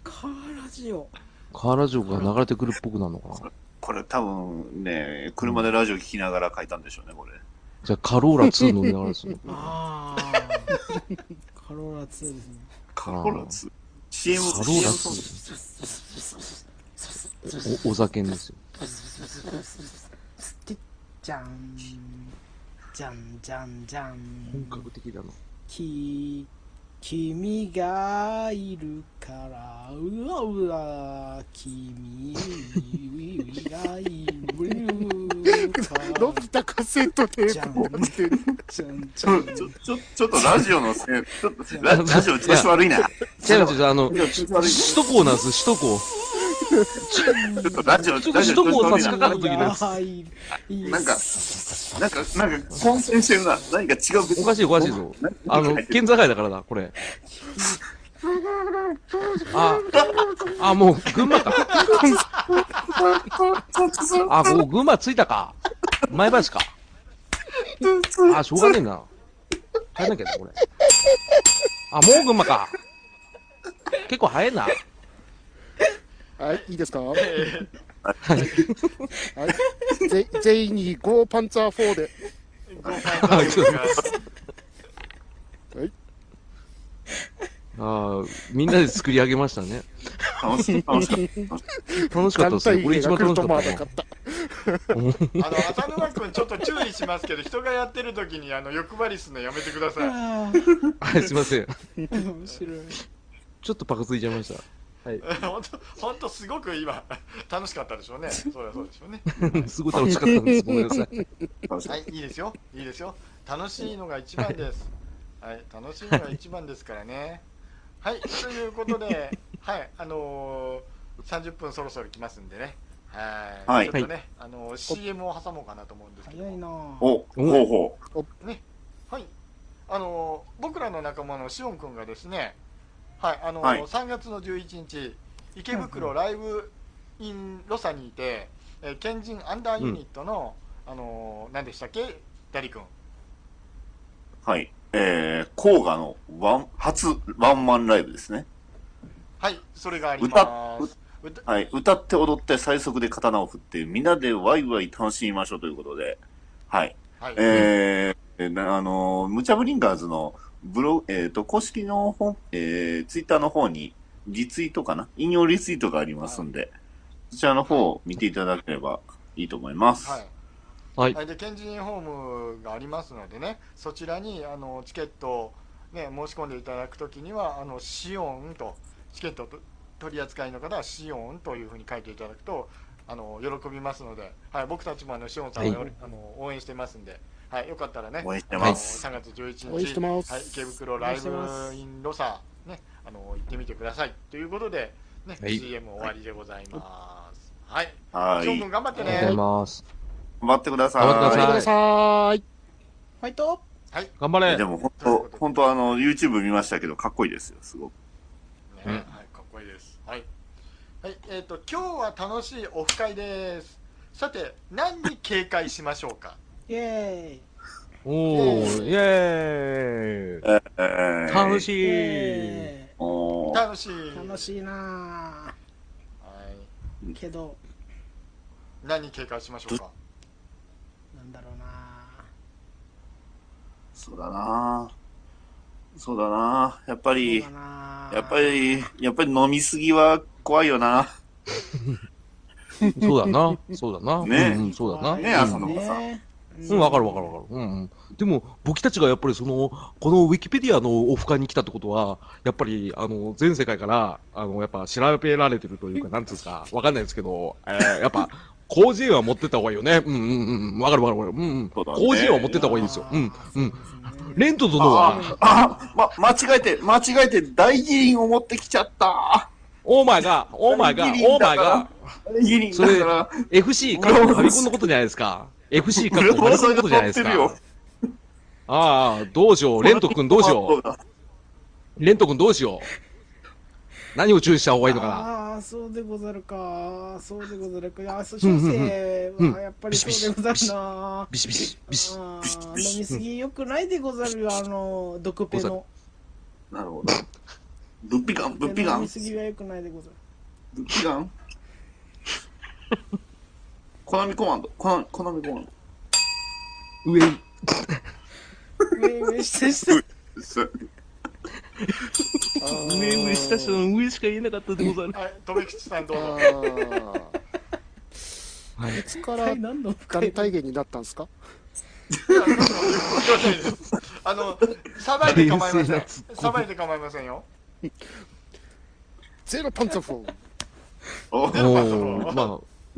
S3: カーラジオ。
S2: カーラジオが流れてくるっぽくなるのかな
S5: これ多分ね、車でラジオ聞きながら書いたんでしょうね、これ。
S2: じゃあカローラ2飲みなが
S5: [LAUGHS]
S2: らですね。
S3: ああ。カローラ2ですね。
S5: カロラツ。CM、
S2: カロ
S5: CM
S2: ーラ
S5: ソング
S2: 2。お、お酒ですよ。
S3: じゃん。じゃんじゃんじゃ
S2: 本
S3: ん。
S2: 格的だな。
S3: き、君がいるから、うわうわ、君がいる [LAUGHS] から。
S6: 伸びたカセットテ
S3: じゃん
S6: ープを持ってる。
S3: じゃんじ
S5: ち
S3: ゃ
S5: ょ、
S3: ん。
S5: ちょ、ちょ、ちょっとラジオのせい、ちょっと、ララジオ調子悪いな。
S2: 違う違う違う、あの、
S5: ラジオ調子悪い。ち
S2: 首都高なんです、首都高。
S5: ょっとラジオ、ラジ
S2: ちょ
S5: オ
S2: っ
S5: 調子悪い
S2: と首都高を差し掛
S5: な。
S2: かる時です
S3: いい
S5: なんか、なんか、なんか、混戦してるな。何か違う別
S2: おかしいおかしいぞ。あの、県境だからだ、これ。あ、あ、もう、群馬か。あ、ここ群馬ついたか。前橋か。あ、しょうがねえな。帰んなきゃな、これ。あ、もう群馬か。結構早いな。
S6: はい、いいですかはい。ぜ全員に5パンツァー4で。
S1: ご
S2: [LAUGHS]
S1: 飯食べてください
S2: あーみんなで作り上げましたね。
S5: 楽しかった。
S2: [LAUGHS] 楽しかったですね。これ一番楽しかったな。
S6: った。
S1: あの浅沼君ちょっと注意しますけど人がやってる時にあの欲張りするのやめてください
S3: あ
S2: はい、すいません。
S3: ー面白い。
S2: ちょっとパカついちゃいま [LAUGHS] した。
S1: 本当本当すごく今楽しかったでしょうね。それはそうでしょうね。
S2: すごい楽しかったんです。ごめんなさい。
S5: 楽
S1: はい、いいですよ。いいですよ。楽しいのが一番です。はい、楽しいのが一番ですからね。はい、ということで、はい、あのー、30分そろそろ来ますんでね。はい。
S5: はい
S1: ちょっとね、あのー、CM を挟もうかなと思うんですけど。
S3: 早いなぁ
S5: お、ほうほ
S1: はい。あのー僕らの仲間のしおんくんがですね、はい、あのー
S5: はい
S1: 3月の11日、池袋ライブインロサにいて、えー、賢人アンダーユニットの、あのー何でしたっけ、ダリ君。
S5: う。はい。えー、甲賀のワン、初ワンマンライブですね。
S1: はい、それがあります。歌
S5: はい。歌って踊って最速で刀を振って、みんなでワイワイ楽しみましょうということで。はい。
S1: はい、
S5: えー、なあのー、ムチャブリンガーズのブロ、えっ、と、公式の本、えー、ツイッターの方に、リツイートかな引用リツイートがありますんで、そちらの方を見ていただければいいと思います。
S1: はい。
S2: はい
S1: で、ケンジンホームがありますのでね、そちらにあのチケットを、ね、申し込んでいただくときには、あのシオンと、チケットと取り扱いの方はシオンというふうに書いていただくと、あの喜びますので、はい、僕たちもあのシオンさんをより、あの応援してますんで、はい、よかったらね、
S5: 応援してます
S1: あの3月
S6: 応援して
S1: 11
S6: ま
S1: 日、
S6: す
S1: はい、池袋ライブインロサ、ね、あの行ってみてくださいということで、ね
S2: はい
S1: CM 終わりでございます。はい、
S5: は
S1: シオン
S5: い。
S1: 君
S5: 頑
S1: 頑張って
S2: ありがとうござい
S1: ね。
S2: ます。
S5: 張ってください。
S2: 頑張ってく
S6: 頑張ってく
S2: だ
S6: ださい。
S3: ファイト
S7: 頑張れ
S5: でも本当、本当あの、YouTube 見ましたけど、かっこいいですよ、すごく。
S1: ね
S2: うん
S1: はい、かっこいいです。はい。はい、えっ、と、今日は楽しいオフ会です。さて、何に警戒しましょうか。
S2: [LAUGHS]
S3: イェーイ
S2: おー、イェー
S5: えー
S2: イ。楽
S5: い。
S2: し
S3: イ
S2: い。
S3: ェ
S5: おー
S1: 楽しい。
S3: ーイ楽
S1: い。
S3: しいな
S1: はい。
S3: ぁけど
S1: 何に警戒しましょうか。
S3: なんだろうなぁ
S5: そうだなそうだなやっぱり
S3: そう、だなぁ
S5: やっぱり、やっぱり飲みすぎは怖いよな。
S2: そうだな。そうだな。
S5: ね
S2: うんうん、そうだな。
S5: ね
S2: うん
S5: 朝の子さん
S3: ね
S2: うん、わかるわかるわかる。うんうん。でも、僕たちがやっぱりその、このウィキペディアのオフ会に来たってことは、やっぱり、あの、全世界から、あの、やっぱ調べられてるというか、なんつうんですか、わかんないですけど、えー、やっぱ、工事園は持ってった方がいいよね。うんうんうんうん。わかるわかるわかる。うんうん。
S5: そうだね
S2: 工事園は持ってった方がいいですよ。うんうん。
S3: あーそうですね
S2: レント殿は、
S5: あ、ま、間違えて、間違えて、大義林を持ってきちゃった。
S2: オーマイが、オーマイが、オーマイが、
S5: 大義林だから、
S2: FC かっこファミコンのことじゃないですか。FC かっこファミコンのことじゃないです
S5: ブラボーさんが乗っ
S2: か。ああ、どうしよう。レント君どうしよう。レント君どうしよう何を注意した方がいいのか
S3: ああそうでござるかそうでござるかいやそう小生はやっぱりそうでござるな
S2: ビシビシビシ
S3: あー飲みすぎよくないでござるよあの毒ペの
S5: なるほど。ぶっぴがん、ぶっぴが
S3: 飲
S5: ん
S3: み、すぎはよくないでござる
S5: ぶっぴがん。コナミコマンド、コナミ、コナミコマンド。
S2: 上に
S3: 上上下下
S2: 上上下下の上しか言えなかったでござる
S1: はい、とめきちさんどう
S2: [LAUGHS]
S1: ぞ。
S6: いつか
S5: [LAUGHS]
S3: 一
S6: ら
S3: 体何の深
S6: 団
S3: い
S6: 体芸になったんですか
S1: いやいやいやいやあの、さばいて構いません。さばいて構いませんよ。
S6: ゼロパンツァフォー。
S5: お
S2: おーま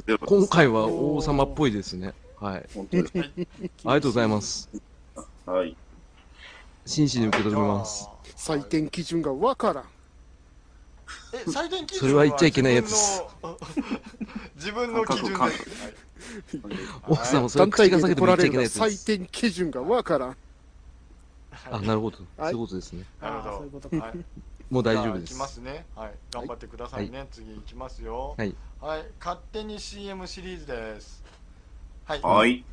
S5: で
S2: あ
S5: も、
S2: 今回は王様っぽいですねはい
S5: 本当です。
S2: ありがとうございます
S5: はい。
S2: 真摯に受け止めます
S6: 採点基準がわからん。
S1: え、採点基準
S2: それは言っちゃいけないやつです
S1: 自分の。自分の基準です。はい
S2: 王様それ
S6: 団体
S2: 口が裂けて
S6: 芸で来
S2: も言
S6: ら
S2: っちゃ
S6: れ
S2: い
S6: る
S2: けな
S6: が
S2: いやつで
S6: 採
S2: す
S6: 点基準がわからん。
S2: あなるほどそう
S6: はい
S2: いうことですね
S1: なる
S3: あーそう
S1: ほ
S3: いうこと
S1: ど。
S3: か
S1: はい。
S2: もう大丈夫
S1: い
S2: で
S1: きますすね。はい。頑張ってくださいね。次いきますよ。
S2: はい。
S1: はい。勝手に CM シリーズです。はい。
S5: はい。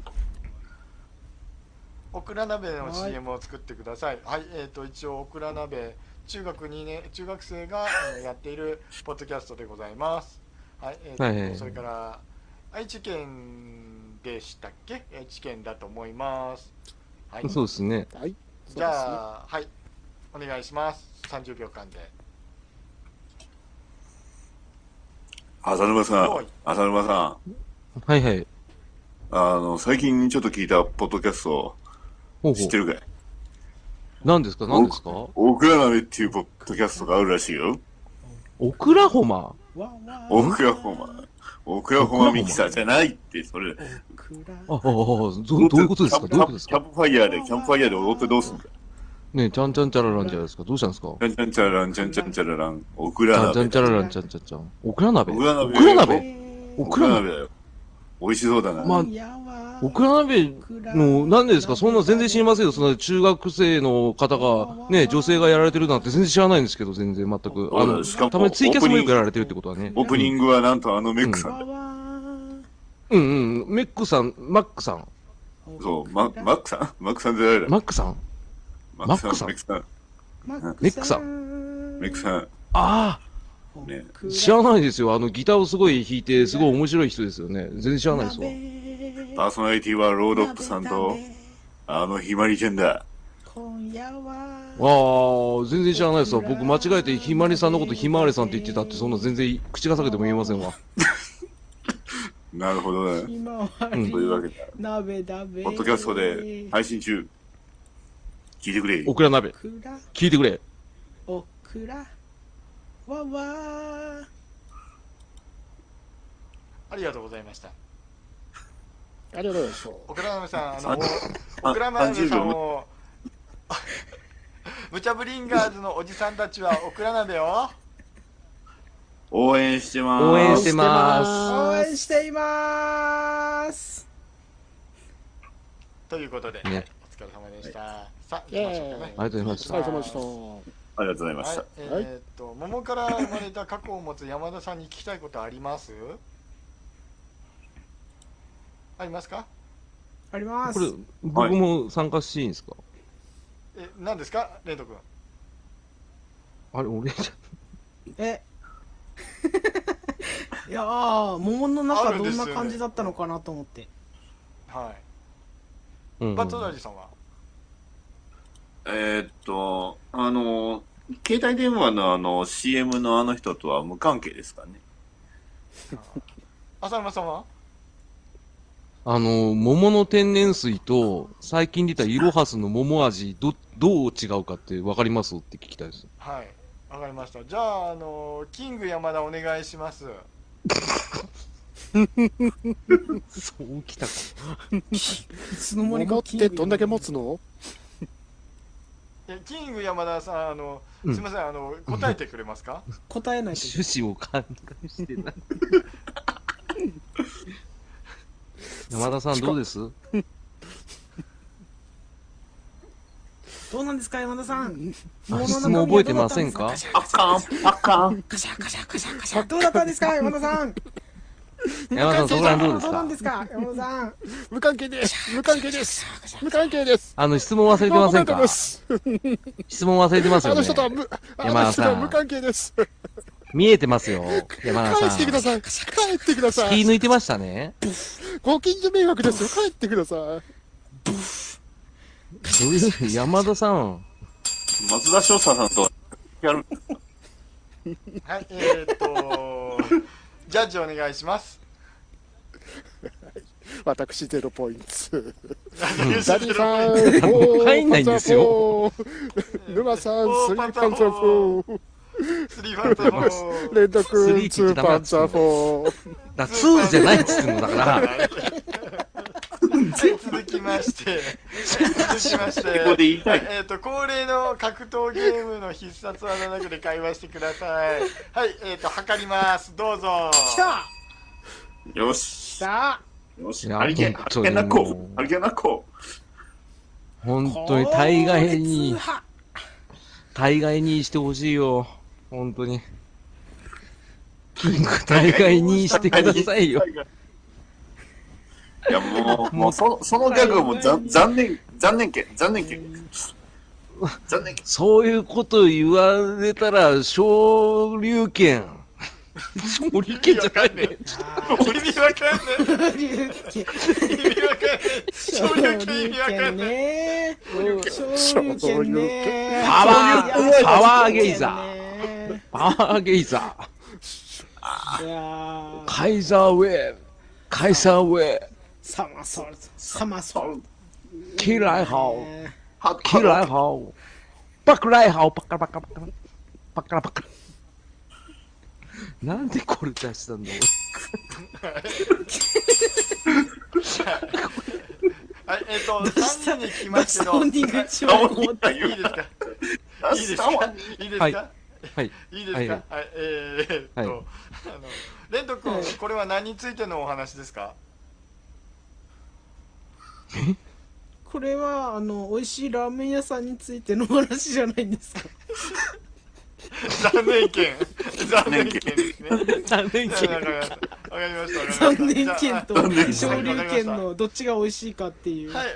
S1: オクラ鍋の
S3: はい
S1: CM を作ってください。はい。えっ、と一応オクラ鍋中学2年中学生がえーやっているポッドキャストでございます。はい。えーと
S2: はいはいはい
S1: それから愛知県でしたっけ？愛知県だと思います。はい。
S2: そうですね
S6: はい。
S1: じゃあ、はい。お願いします。30秒間で。
S5: 浅沼さ
S1: おい
S5: ん、浅沼さん、
S2: はいはい
S5: あの、最近ちょっと聞いたポッドキャスト
S2: ほうほ
S5: 知って
S2: う
S5: るかい
S2: 何ですか何ですか
S5: オクラ鍋っていうポッドキャストがあるらしいよ。
S2: オクラホマ
S3: わんわん
S5: オクラホマ。オクラホマミキサーじゃないって、それ。
S3: オクラ
S2: ああああど、どういうことですか
S5: キ
S2: どう
S5: ャ
S2: いう
S5: ン
S2: ことです
S5: キャ
S2: か
S5: ンプファイヤーで、キャンプファイヤーで踊ってどうすんだ
S2: ねえ、ちゃんちゃんちゃららんじゃないですかどうしたんですか
S5: ちゃんちゃんちゃららん、ちゃんちゃんちゃららん、オク
S2: ち
S5: ラ
S2: ゃんちゃ
S5: 鍋
S2: ん。ちゃららんちゃんちゃんちゃん。オクラ鍋
S5: オクラ鍋
S2: オクラ鍋
S3: え
S2: オ
S5: オ
S2: ク
S5: クラ
S2: ラ鍋
S5: 鍋だよ。美味しそうだな。
S2: まあ
S3: ーやわー
S2: オクラ鍋の、なんでですかそんな全然知りませんよ。そんな中学生の方が、ね、女性がやられてるなんて全然知らないんですけど、全然全く。あの、
S5: しかも
S2: たまにツイキャスもよくやられてるっ
S5: オープニング
S2: てことはね。
S5: オープニングはなんとあのメックさん
S3: わ
S5: だよ。
S3: わー
S2: うんうん。メックさん、マックさん。
S5: そう、ママックさんマックさんじゃないだろ。
S2: マックさん
S5: マ
S2: ックさん
S5: メックさん。
S3: マ
S2: ネックさ
S3: ん
S5: メックさん。
S2: あ
S5: ね
S2: あ知らないですよ。あの、ギターをすごい弾いて、すごい面白い人ですよね。全然知らないですわ。
S5: パーソナリティはロードップさんと、あのひまりちゃんだ。
S3: 今夜は
S2: ああ、全然知らないですわ。僕間違えてひまわりさんのことひまわりさんって言ってたって、そんな全然口が裂けても言えませんわ。
S5: なるほどね。
S3: ひまわ
S2: うん
S3: り
S5: というわけで、
S3: 鍋鍋
S5: ポッドキャストで配信中。聞いてくれ。
S2: オクラ鍋
S3: オ。クラ
S2: 聞いてくれ。
S3: オクラわわ
S1: ありがとうございました
S6: ありがとうございます。
S1: オクラ鍋さんあ
S5: あ
S1: の
S5: あ
S1: オクラ鍋
S5: 30
S1: さ
S5: 秒
S1: んを [LAUGHS] ムチャブリンガーズのおじさんたちはオクラ鍋を
S5: 応援してます。
S2: 応援してます。
S3: ー応援していまーす
S1: ということで、
S2: ね
S1: お疲れ様でした、さあ行きましょうかね
S2: ありがとうございまし
S6: お
S2: た
S6: 疲。れ様でした。
S5: ありがとうございま
S1: は
S5: し
S1: い
S5: た。、
S1: えーっと桃から生まれた過去を持つ山田さんに聞きたいことありますありますか
S3: あります
S2: これ、僕も参加していいんですか
S1: え何ですかレイト君
S2: あれ、俺じ
S3: え [LAUGHS] いやー桃の
S1: あ
S3: 中
S1: るん
S3: ど
S1: で
S3: ん
S1: すよ
S3: な
S1: ね
S3: 感じだったのかなと思って
S1: は
S2: ゃん。
S1: い
S2: うん
S1: バットダディさんは
S5: えーっと、あの、携帯電話のあの CM のあの人とは無関係ですかね。
S1: 浅沼さんは
S2: あの、桃の天然水と、最近出たイロハスの桃味、ど、どう違うかって分かりますって聞きたいです。
S1: はいわかりましたじゃああのキング山田お願いします
S2: そうきたか。
S3: いつの間に
S6: 桃っ
S3: かキン
S6: て
S3: グ
S6: どんだけ持つの
S1: えキング山田さんあの
S2: うん
S1: すいません、あの答えてくれますか
S3: 答えないと
S2: 趣旨を考えしてない。 [LAUGHS] 山田さんどうです
S3: どうなんですか山田さん
S2: あ
S3: 桃の中身は
S2: 質問覚えてませんか
S5: パカン、パカン。
S3: カシャカシャカシャカシャどうだったんですか山田さん
S2: 山田さんそこら辺どうです
S3: どうなん
S2: か
S3: ですか山田さん
S6: 無関係です。無関係です。無関係です。
S2: あの、質問忘れてません
S6: どう
S2: か
S6: もでございます
S2: 質問忘れてます
S6: あ
S2: よ
S6: の人とは
S2: ね。
S6: 無、あ
S2: 山田
S6: の人
S2: さん
S6: とは無関係です。
S2: 見えてますよ。山
S6: 帰
S2: 田
S6: っ
S2: さ
S6: てくだ
S2: ん。
S6: さい。帰ってくださ
S2: 気
S6: い。
S2: 抜いてましたね。
S6: ご近所迷惑ですよ。帰ってください。
S2: そういう山田さん。
S5: 松田翔太さんとやる。
S1: はいえー、っとジャッジお願いします
S6: 私ゼロポイント。ダ
S1: ダ
S6: ディさん、
S2: 入んないんです
S6: よ。沼さん、スリーパンツァーフォー。
S1: スリーファンタフォ
S6: レッド君、ツーパンツァーフォー。
S2: だ、ツーじゃないっつってんのだから。
S1: はい、続きまして、続きまして、
S5: ここで言いたい
S1: えっ、と、恒例の格闘ゲームの必殺技などで会話してください。はい、えっ、と、測ります。どうぞ。
S3: 来た
S5: よし
S3: 来。た
S5: よし。
S2: いや
S5: ハリケーン、
S2: 本
S5: ハ
S2: 当
S5: リケ
S2: に
S5: ーンナッコ
S2: もう
S5: ハリケーンナッコ
S2: 本当に大概に
S3: 高、熱
S2: 大概にしてほしいよ。本当に。キング大概にしてくださいよ。
S5: いや、もう、もう、その、そのギャグはもうざ残念、残念け、残念け。残念け。
S2: そういうこと言われたら、昇竜拳。昇竜拳じゃないね。
S1: 意味わかんない。
S3: 波竜拳
S1: 意味わかんない。昇竜拳意味わかん
S3: 昇
S1: ない。
S3: ね昇竜拳ね
S2: パワーパワーゲイザ
S3: ー
S2: パワーゲイザー。
S3: いやー
S2: カイザーウェイ。カイザーウェイ。
S3: サマーソルトサマーソル
S2: キライハ
S3: ト
S2: オ。
S3: ね
S5: ハッ
S2: キライハオ。バクライハオ、パッカラパッカラパッカラ。パッカラパッカラ。なんでこれ出したんだ
S1: はい、えっ、と、
S3: 出した
S1: 3人に聞きましたけ
S3: 出
S1: ど、
S3: した
S1: いい
S3: 本
S1: で
S3: 人
S1: す
S3: が
S1: かいい
S3: 一番困った。
S1: ですかいいです
S5: あ
S1: かいいですか、
S2: はいい、はい
S1: いですか、は
S2: は
S1: い、えー、っと、
S2: は
S1: あ
S2: い
S1: の、レント君
S3: はい、
S1: これは何についてのお話ですか [LAUGHS]
S3: これはあの美味しいラーメン屋さんについてのお話じゃないんです
S2: [LAUGHS]
S3: か
S1: 残念券。残念券ですね。
S2: 残念
S1: わかりました。わかりました。
S3: 残 [LAUGHS] 念券と
S1: 残念券
S3: 昇竜券
S1: わかりま
S3: のどっちが美味しいかっていう、
S1: はい、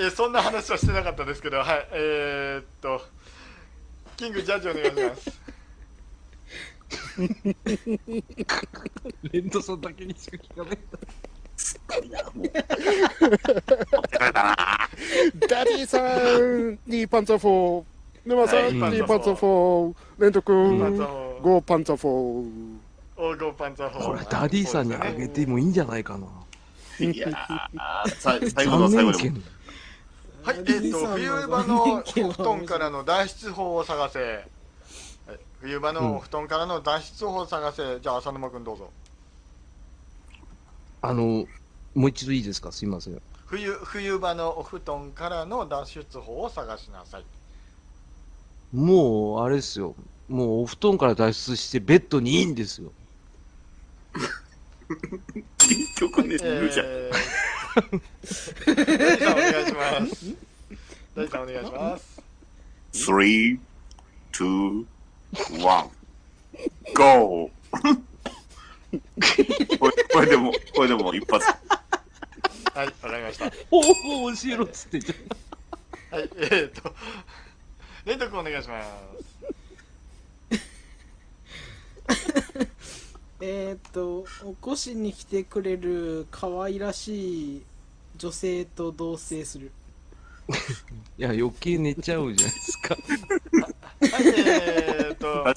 S1: えーそんな話はしてなかったですけど、はい、えー、っと、キングジャッジお願いします。
S2: レントさんだけにしか聞かない。
S6: ダディさん、2パンツァ4。沼さん、
S1: はい
S6: 2パンツァ4。レント君、
S1: パンツァフォー
S6: 5パンツァ4。
S1: 黄金パンツァーフォー
S2: これ、ダディさんにあげてもいいんじゃないかな。
S5: いやーさ最後の最後
S2: 残念
S5: でも
S2: 券。
S1: はい、え
S3: デ
S1: ー、
S3: ィさん
S1: と、
S3: の
S1: 冬場のお
S3: 残念券
S1: 布
S3: は
S1: 団からの脱出法を探せ。はい冬場のお布団からの脱出法を探せ。じゃあ、浅沼君どうぞ。
S2: あの、もう一度いいですかすいません。
S1: 冬、冬場のお布団からの脱出法を探しなさい。
S2: もう、あれですよ。もう、お布団から脱出して、ベッドにいいんですよ。
S5: 結局ね、
S1: え
S5: 言うじゃん。
S1: ー、大地さんお願いします。大地さんお願いします。
S5: three, two, one, go! [LAUGHS] これこれでも、これでも一発。
S1: はい、わかりました。
S2: おお、面白いっつって言っちゃう
S1: はい、えー、っと、レント君お願いします。
S3: えーっと起こしに来てくれる可愛らしい女性と同棲する
S2: いや、余計寝ちゃうじゃないです [LAUGHS] か。
S1: はい、えー、っ
S2: [LAUGHS]
S1: と、は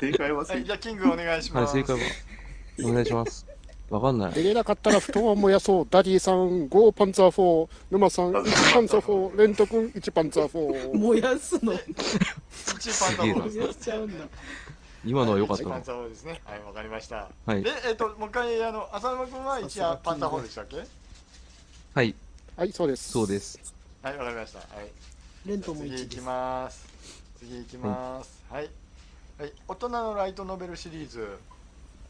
S5: 正解は正
S1: い、
S5: 解
S1: じゃあ、キングお願いし
S2: は
S1: ま
S2: い、
S1: す。
S2: 正解は。お願いします。わかんない。
S6: 出れなかったら布団を燃やそう。ダディさん、5パンツァー4。
S1: [LAUGHS]
S6: 沼さん、1パンツァー4。レント君、1パンツァー4。
S3: 燃やすの燃
S1: 一パンツァーフォーですね
S3: や。しちゃうんだ
S2: 今のは良かった
S1: 一パ
S2: な
S1: ン。ツァーフォーですね。はい、わかりました。
S2: はい
S1: で、えー、っと、もう一回、あの、浅沼君は一夜パンツァーフォーでしたっけ
S2: はい、
S6: はい、そうです。
S2: そうです。
S1: はい、わかりました。はい。
S3: レントも
S1: 次
S3: 1
S1: 行
S3: で
S1: き
S3: す
S1: ます。次行きます。はい。はい、大人のライトノベルシリーズ。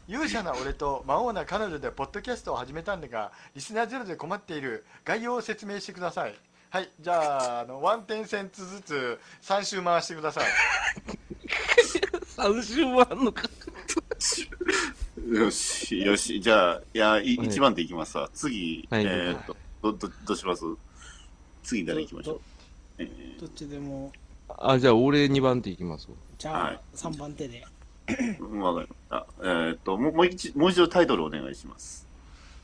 S1: 勇者な俺と魔王な彼女でポッドキャストを始めたんだが、リスナーゼロで困っている概要を説明してください。はい、じゃあ、あのワンテンセンツずつ3周回してください。
S2: 3週もあんのか。
S5: よし、よし。じゃあ、いや、い
S2: はい
S5: 一番でいきますわ。次、
S2: はい
S5: えーっと、ど、ど、どうします次誰行きましょう
S3: ど。
S5: え
S3: どどっちでも
S2: あ、じゃあ、俺2番手いきますわ
S3: じゃ
S5: は
S3: あ
S5: い
S3: 3番手で
S5: ー、わかりました。えーっと、もうもう一、もう一度タイトルお願いします。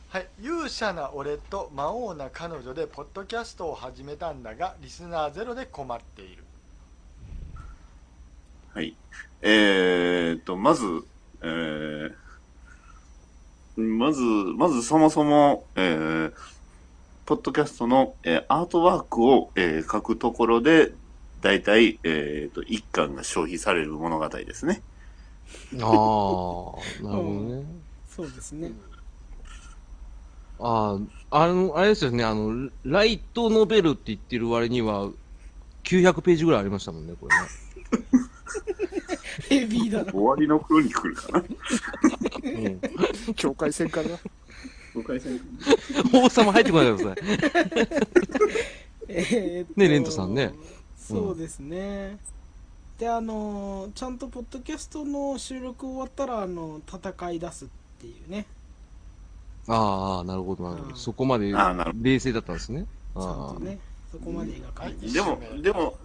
S1: はい、勇者な俺と魔王な彼女でポッドキャストを始めたんだが、リスナーゼロで困っている。
S5: はい。えー、っと、まず、えー、まず、まずそもそも、えー、ポッドキャストの、えーアートワークを、えー書くところで、だいたい、えー、っと、一巻が消費される物語ですね。
S2: ああ、なるほどね。
S3: そうですね
S2: ああ、あの、あれですよね、あの、ライトノベルって言ってる割には、900ページぐらいありましたもんね、これね。
S3: ヘビーだ
S5: [LAUGHS]
S3: な
S5: 終わりの頃に来るかな。
S6: 境界線からな。
S5: 誤解され
S2: 王様入ってこないでください。
S3: えーっと
S2: ねレントさんね
S3: そうですね、であのーちゃんとポッドキャストの収録終わったらあの戦い出すっていうね
S2: ああ、なるほど、なるほ
S3: う
S2: ど。
S3: ん
S2: そこまで
S5: あーなるほ
S2: 冷静だったんですね。
S3: ちゃん
S2: あ
S3: と
S2: あ、
S3: ねそこまで描かれて
S5: でも、でも、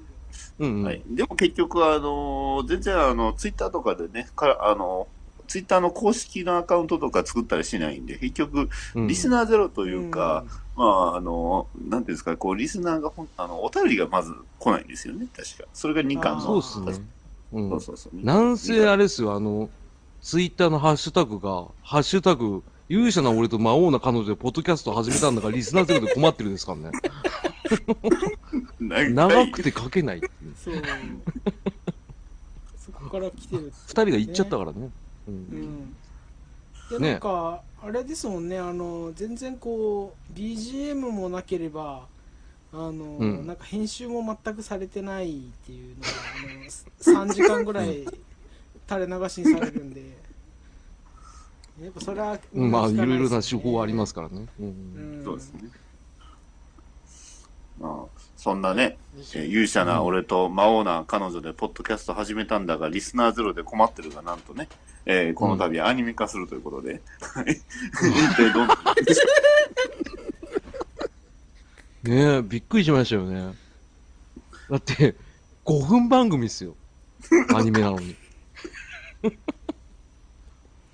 S2: うん、うん。
S5: はい。でも結局、あのー、全然、あの、ツイッターとかでね、から、あの、ツイッターの公式のアカウントとか作ったりしないんで、結局、
S2: うん
S5: リスナーゼロというか、まあ、あの、なんていうんですか、こう、リスナーがほん、あの、お便りがまず来ないんですよね、確か。それが2巻の。
S2: そうっすね。う
S5: そ
S2: ん
S5: う。そうそう。
S2: なんせあれですよ、あの、ツイッターのハッシュタグが、ハッシュタグ、勇者な俺と魔王な彼女でポッドキャスト始めたんだから、リスナーゼロで困ってるですからね。
S5: 長
S2: 長
S5: い
S2: くて書けないっていう。
S3: そう [LAUGHS] そこから来てる
S2: 二人が行っちゃったからね。うん
S3: うんいや
S2: ね
S3: なんか、あれですもんねあの全然こう BGM もなければあの、
S2: ん
S3: なんか編集も全くされてないっていうのがあの3時間ぐらい
S2: [LAUGHS]
S3: 垂れ流しにされるんでやっぱそれは、
S2: うんまあ、いろいろな手
S3: 手
S2: 法
S3: 法
S2: はありますすからね。うん
S3: ね、うん
S5: そうですね。まあ、そんなね、えー
S1: 西
S5: 勇者な俺と魔王な彼女でポッドキャスト始めたんだが、リスナーゼロで困ってるが、なんとね、えーこの度アニメ化するということで、 [LAUGHS] はい。運転どんどん
S2: ねえ、びっくりしましたよね。だって、5分番組っすよ。アニメなのに。 [LAUGHS]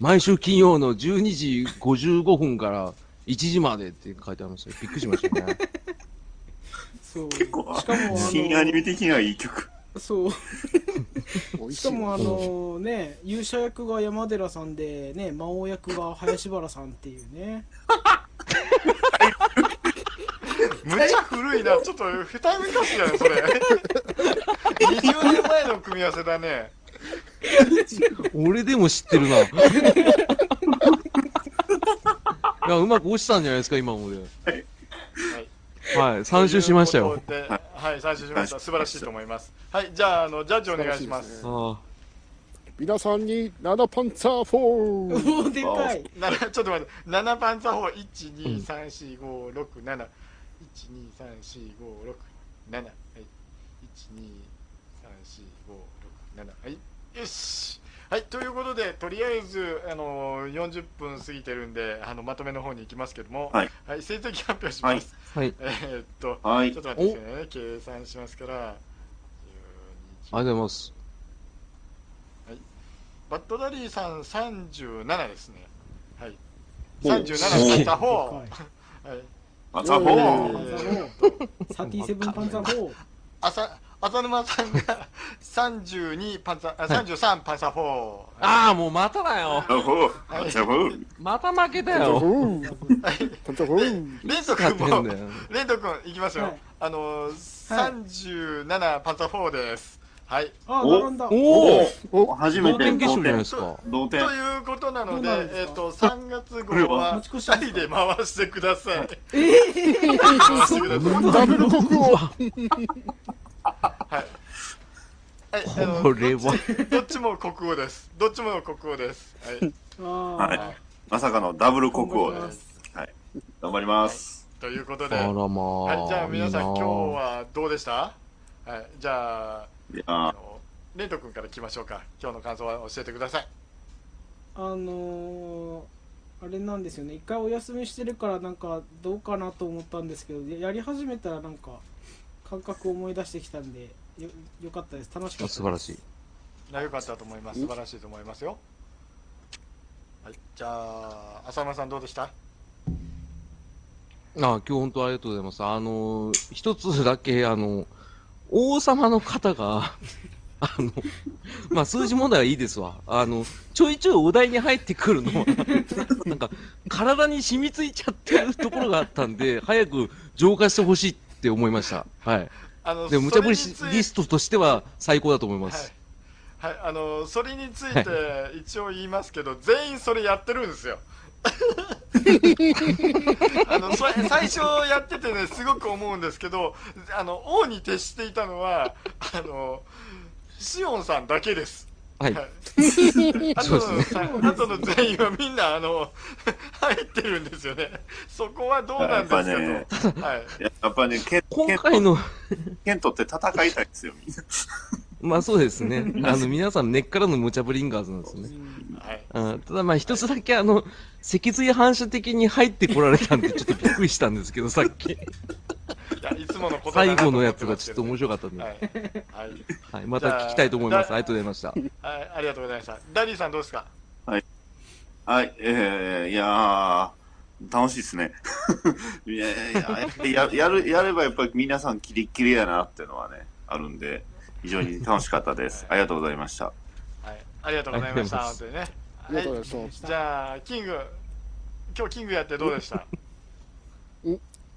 S2: 毎週金曜の12時55分から1時までって書いてありましたよ。びっくりしましたよね。
S3: そう
S5: 構
S3: しかもあの
S5: 新アニメ的にはいい曲。
S3: そう
S6: 美 [LAUGHS] 味
S3: し
S6: しい
S3: かもあのね勇者役が山寺さんでね魔王役が林原さんっていうね
S1: むちゃ古いなちょっと二目かしだねそれ20年前の組み合わせだね
S2: 俺でも知ってるな。い [LAUGHS] や、うまく落ちたんじゃないですか、今ので。はい、3周しましたよ。
S1: ということではい3周しました素晴らしいと思いますはいじゃああのジャッジお願いします
S6: 素晴らしいですね
S2: あ
S6: 皆さんに7パンツァー4
S3: おおでかい
S1: な [LAUGHS] ちょっと待って7番作法1 2 3 4 5 6 7 1 2 3 4 5 6 7はい1 2 3 4 5 6 7はいよしはいということでとりあえずあの40分過ぎてるんであのまとめの方に行きますけども
S5: はい、
S1: 成績発表します、
S2: あ、はい。
S1: えーっと
S5: は
S1: ち
S5: い
S1: ょっ。と待ってくださいね計算しますから
S2: ありがとうございます。
S1: バッドダディさん37ですねはい
S5: お
S1: 37の作
S3: で
S1: 法
S3: かい
S1: はい
S5: また
S1: え
S5: ほう。
S1: ー
S3: サティセブンパンツァー4。
S1: 浅浅沼さんが32パンサー、あ33パンサー4。
S2: ああ、もうまただよ。
S5: またほう。またほう。
S2: また負けた
S6: パンツァー
S2: よ。
S6: 4パンツァー4
S1: レント
S2: 勝って
S1: 君
S2: ん
S1: も
S2: だ、よ。
S1: レント君いきますよ。
S3: はい
S1: あのー、37パンサー4です。はい。
S3: あ、
S5: お
S3: 並んだ。
S2: おお
S5: お初め
S2: 同
S5: て
S2: 点決
S5: 同
S2: 勝じゃない
S5: 点
S2: ですか。
S5: 同
S1: と
S5: 点
S1: いうことなので、
S3: どうなんですか
S1: えっ、と、3月
S5: これ
S1: 号
S5: は
S1: は
S3: 持ち越しですか
S1: 2人で回してください。
S6: ダブル国王
S1: はい、あの
S2: これは
S1: どっちどっちも国王です。どっちも国王です。はい。
S3: あー
S5: はいまさかのダブル国王で
S3: 頑張りますす
S5: 頑張ります
S1: ということで、
S2: あら
S1: は
S2: まあ。
S1: い、じゃあ皆さん今
S2: いいな
S1: 日はどうでしたはい、じゃあ、
S5: いや
S1: あ
S5: ー
S1: のレント君から聞きましょうか今日の感想は教えてください
S3: あのー、あれなんですよね。一回お休みしてるから、なんかどうかなと思ったんですけど、ややり始めたらなんか感覚を思い出してきたんで、よよかったです。楽しかった
S2: あ
S3: です。
S2: 素晴らしい。
S1: いや良かったと思います素晴らしいと思いますよはいじゃあ浅山さんどうでした
S2: あ今日本当ありがとうございます。あのー、一つだけ、あの、王様の方が、 [LAUGHS] あの、まあ、数字問題はいいですわ。あの、ちょいちょいお題に入ってくるのは、 [LAUGHS] なんか、体に染みついちゃってるところがあったんで、早く浄化してほしいって思いました。はい。
S1: あの
S2: でも、無茶ぶり
S1: それ
S2: し
S1: につい
S2: リストとしては最高だと思います。
S1: はい、はい、あのそれについて一応言いますけど全員それやってるんです
S2: [LAUGHS]
S1: よあのそ最初やっててねすごく思うんですけどあの王に徹していたのはあのシオンさんだけです
S2: はい。 [LAUGHS]
S1: あ
S2: そ
S1: と
S2: うで
S1: のあとの全員はみんなあの [LAUGHS] 入ってるんですよね、そこはどうなんですかと、
S5: やっ
S1: はい、
S5: やっぱねケン
S2: 今
S5: ケント
S2: 回の、
S5: ケントって戦いたいんですよみんな
S2: まあそうですね。あの、皆さん根っからの無茶ぶりんがーズなんですね。
S1: はい、
S2: うんただまあ一つだけあの、脊髄反射的に入ってこられたんで、ちょっとびっくりしたんですけど、さっき。
S1: いやいつものことだ
S2: 最
S1: なと
S2: 後の
S1: 思
S2: や
S1: って
S2: つ
S1: ま
S2: が
S1: す
S2: ち
S1: け
S2: ょっと
S1: ど
S2: 面
S1: ね
S2: 白かったんで。はい。
S1: はいはい
S2: また聞きたいと思います。
S1: じゃあ
S2: ありがとうございました。
S1: はい、ありがとうございました、ダディさん、どうですか、
S5: はい、えー、いやー、楽しいですね。 [LAUGHS] いやいやいやや、やる、やればやっぱり皆さんキリッキリやなっていうのはね、あるんで、非常に楽しかったです。ありがとうございました。
S1: はい、ありがとうございました、
S2: あ
S1: 本
S2: り
S1: 当にね、
S6: ありがとうござい
S1: は
S6: ました
S1: い、じゃあ、キング、今日キングやってどうで
S2: [LAUGHS]
S1: した、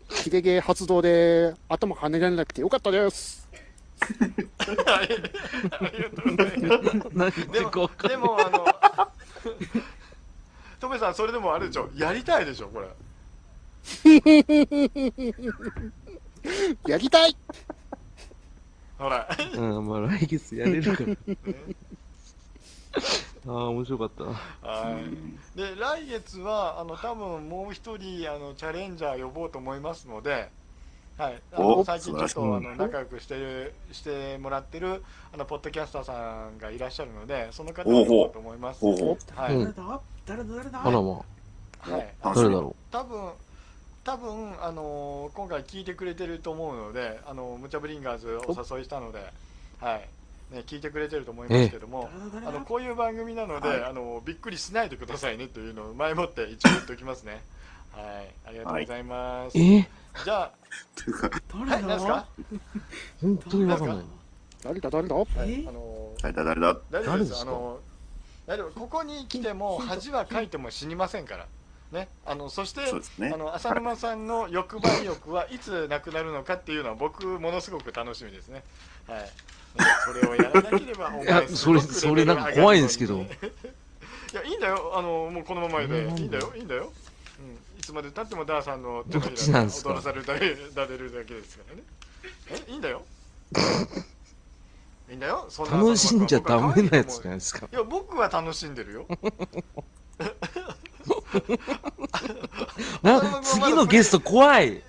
S6: 切れ毛発動で頭跳ねられなくてよかったです
S1: ありがとうございます。
S2: 何言って
S1: で
S2: るか
S1: も
S2: 分かんな
S1: で
S2: い。
S1: もあのトメさんそれでもあれでしょやりたいでしょこれ
S6: やりたい
S1: ほら
S2: うん、まあ来月やれるから。ああ、面白かったな。
S1: はいで来月はあの多分もう一人あのチャレンジャー呼ぼうと思いますのではい、あの
S5: お
S1: 最近ちょっ
S5: 素
S1: と
S2: 晴ら
S1: あ
S2: しい
S1: の仲良くしてるしてもらってるあのポッドキャスターさんがいらっしゃるのでその方を呼ぼうと思います。
S5: ほうほう
S1: はい、
S2: うん
S3: 誰だ誰だ誰だ
S2: あらま
S1: はい
S2: あ、
S5: 楽し
S2: 誰
S5: み
S2: だろ
S1: 多分多分あのー今回聞いてくれてると思うので、あのムチャブリンガーズお誘いしたので、はい、ね聞いてくれてると思いますけども、
S3: 誰だ誰
S1: あ
S3: だ
S1: のこういう番組なので、
S5: はい
S1: あのびっくりしないでくださいねというのを前もって一応言っておきますね。はい、ありがとうございます。
S2: う。え
S1: じゃあ、は
S3: 誰
S1: い、
S3: だ
S1: 何ですか？
S2: 本当にわかんないな。
S6: 誰だ誰だ
S1: はい、
S3: え
S1: あのー
S5: 誰だ誰だ
S1: 大丈夫です
S2: 誰ですか
S1: あの大丈夫ここに来ても恥はかいても死にませんからねあのそして
S5: そうですね
S1: あの浅沼さんの欲張り欲はいつなくなるのかっていうのは僕ものすごく楽しみですねはいねそれをやらなければお前
S2: いやそれ
S1: すごくレベルが上がるのに
S2: それなんか怖いんですけど
S1: [LAUGHS] いやいいんだよあのもうこのままでいいんだよいいんだよ、うん、いつまでたってもダーさんの手の
S2: どっちなんですか
S1: 踊らされたりられるだけですからねえいいんだ
S2: [LAUGHS]
S1: よいいんだよそんな
S2: 楽しんじゃダメなやつじゃ
S1: ね
S2: ないですか。
S1: いや、僕は楽しんでるよ。
S2: な、次のゲスト怖い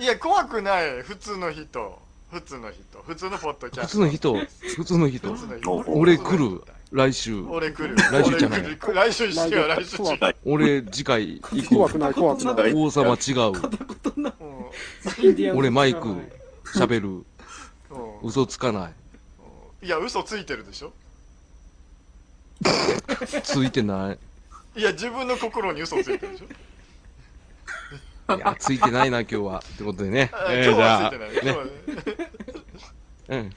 S1: いや、怖くない。普通の人。普通の人。普通のポッドキャ
S2: 普
S1: ス
S2: 通
S1: ト。
S2: の人、普通の人
S1: 普。通の
S2: 俺来る、来週。
S1: 俺来る。
S2: 来週じゃない
S1: 俺来る来週しよう、来週しよ
S2: 俺次回行
S6: 怖
S2: こ
S6: くない怖くな
S2: う。王様違う。
S1: う。
S3: 誰だ
S2: 俺マイク喋る。
S1: うんうん
S2: 嘘つかない。
S1: いや、嘘ついてるでしょ。
S2: ついてない。
S1: いや、自分の心に嘘ついてるでしょ。
S2: いや、ついてないな、今日は。ってことでね。
S1: あ
S7: ええ
S1: 今日はついてない。
S7: じゃあ
S1: 今日は
S2: うん。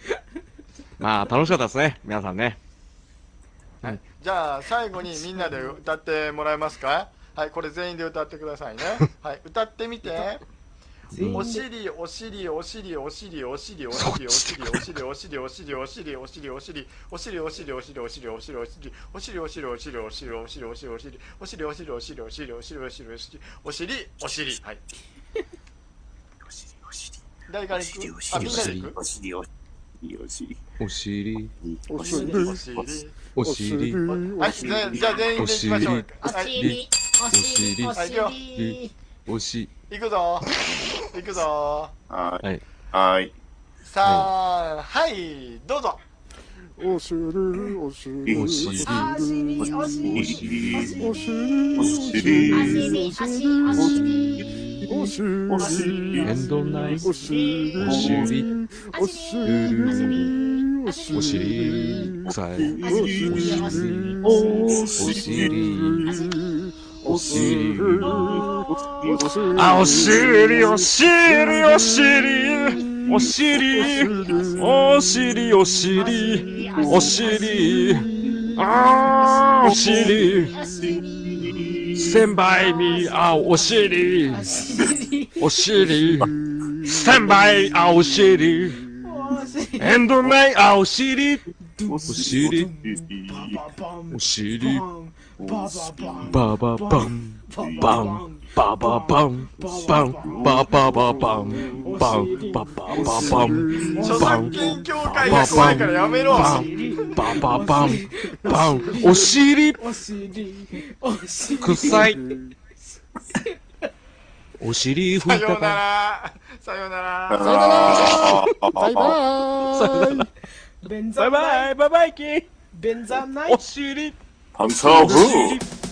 S2: まあ、楽しかったですね。皆さんね。
S1: じゃあ、最後にみんなで歌ってもらえますかはい、これ全員で歌ってくださいね。はい、歌ってみて。
S3: 全
S1: お
S3: 員で
S1: 尻お尻お尻お尻お尻お尻お尻お尻お尻お尻お尻お尻お尻お尻お尻お尻お尻お尻お尻お尻お尻お尻お尻お尻お尻お尻お尻お尻お尻お尻お尻お尻お尻お尻お尻はい
S4: お尻お尻
S1: 誰か
S4: お
S1: ら行
S4: 尻
S1: く
S4: お
S1: あみんな
S4: 尻
S1: で行く
S4: お尻お尻お尻
S2: お尻、
S6: お
S1: お尻お
S6: 尻
S1: 尻
S2: お
S6: お尻
S2: 尻、
S1: はいじゃじゃあ全員で行きましょうはい
S2: り、
S3: お尻お
S2: お
S1: 尻
S2: お
S3: 尻
S2: し、
S1: 行くぞ行くぞ
S5: は
S2: はいい。
S5: はい。
S1: さあはいどうぞ
S6: お尻お尻
S8: お
S2: お尻、
S8: 尻お尻お
S5: お
S8: 尻
S5: 尻
S8: お
S5: お尻
S6: お尻
S8: 尻お尻お尻
S6: お
S5: お
S6: 尻
S5: 尻
S2: エンドナイス
S6: お、尻
S2: お尻、
S6: お尻お尻
S2: お尻、さえ、
S6: お尻
S2: お尻、
S5: お
S2: お尻、
S6: お尻お尻
S7: あ、お尻、お尻、お尻、お尻、お尻、お尻、お尻、あー、お尻、
S8: お尻
S7: stand by me, あ、お尻、お尻、stand by, あ、お尻、
S3: お尻
S7: end night, あ、お尻、
S5: お
S2: 尻
S3: バババン
S2: お尻、
S3: バンバババン
S2: バババン、バン、バババン、バン、ババババン、バン、バババン、
S1: 著
S2: バ
S1: 作
S2: ン、
S1: 権協会が怖いからやめろ
S2: バン、バババン、バン、お尻、
S3: お尻お尻
S2: くさい。お尻
S1: さ
S2: 拭い
S1: よう
S2: た
S1: な
S2: か。
S1: らさようなら
S6: さよならバイバイ
S3: 便座な
S7: バイ
S3: い
S7: バイ、バイバイキー、
S3: 便座ない
S7: お尻、
S5: パンサーブ
S7: お尻
S5: ー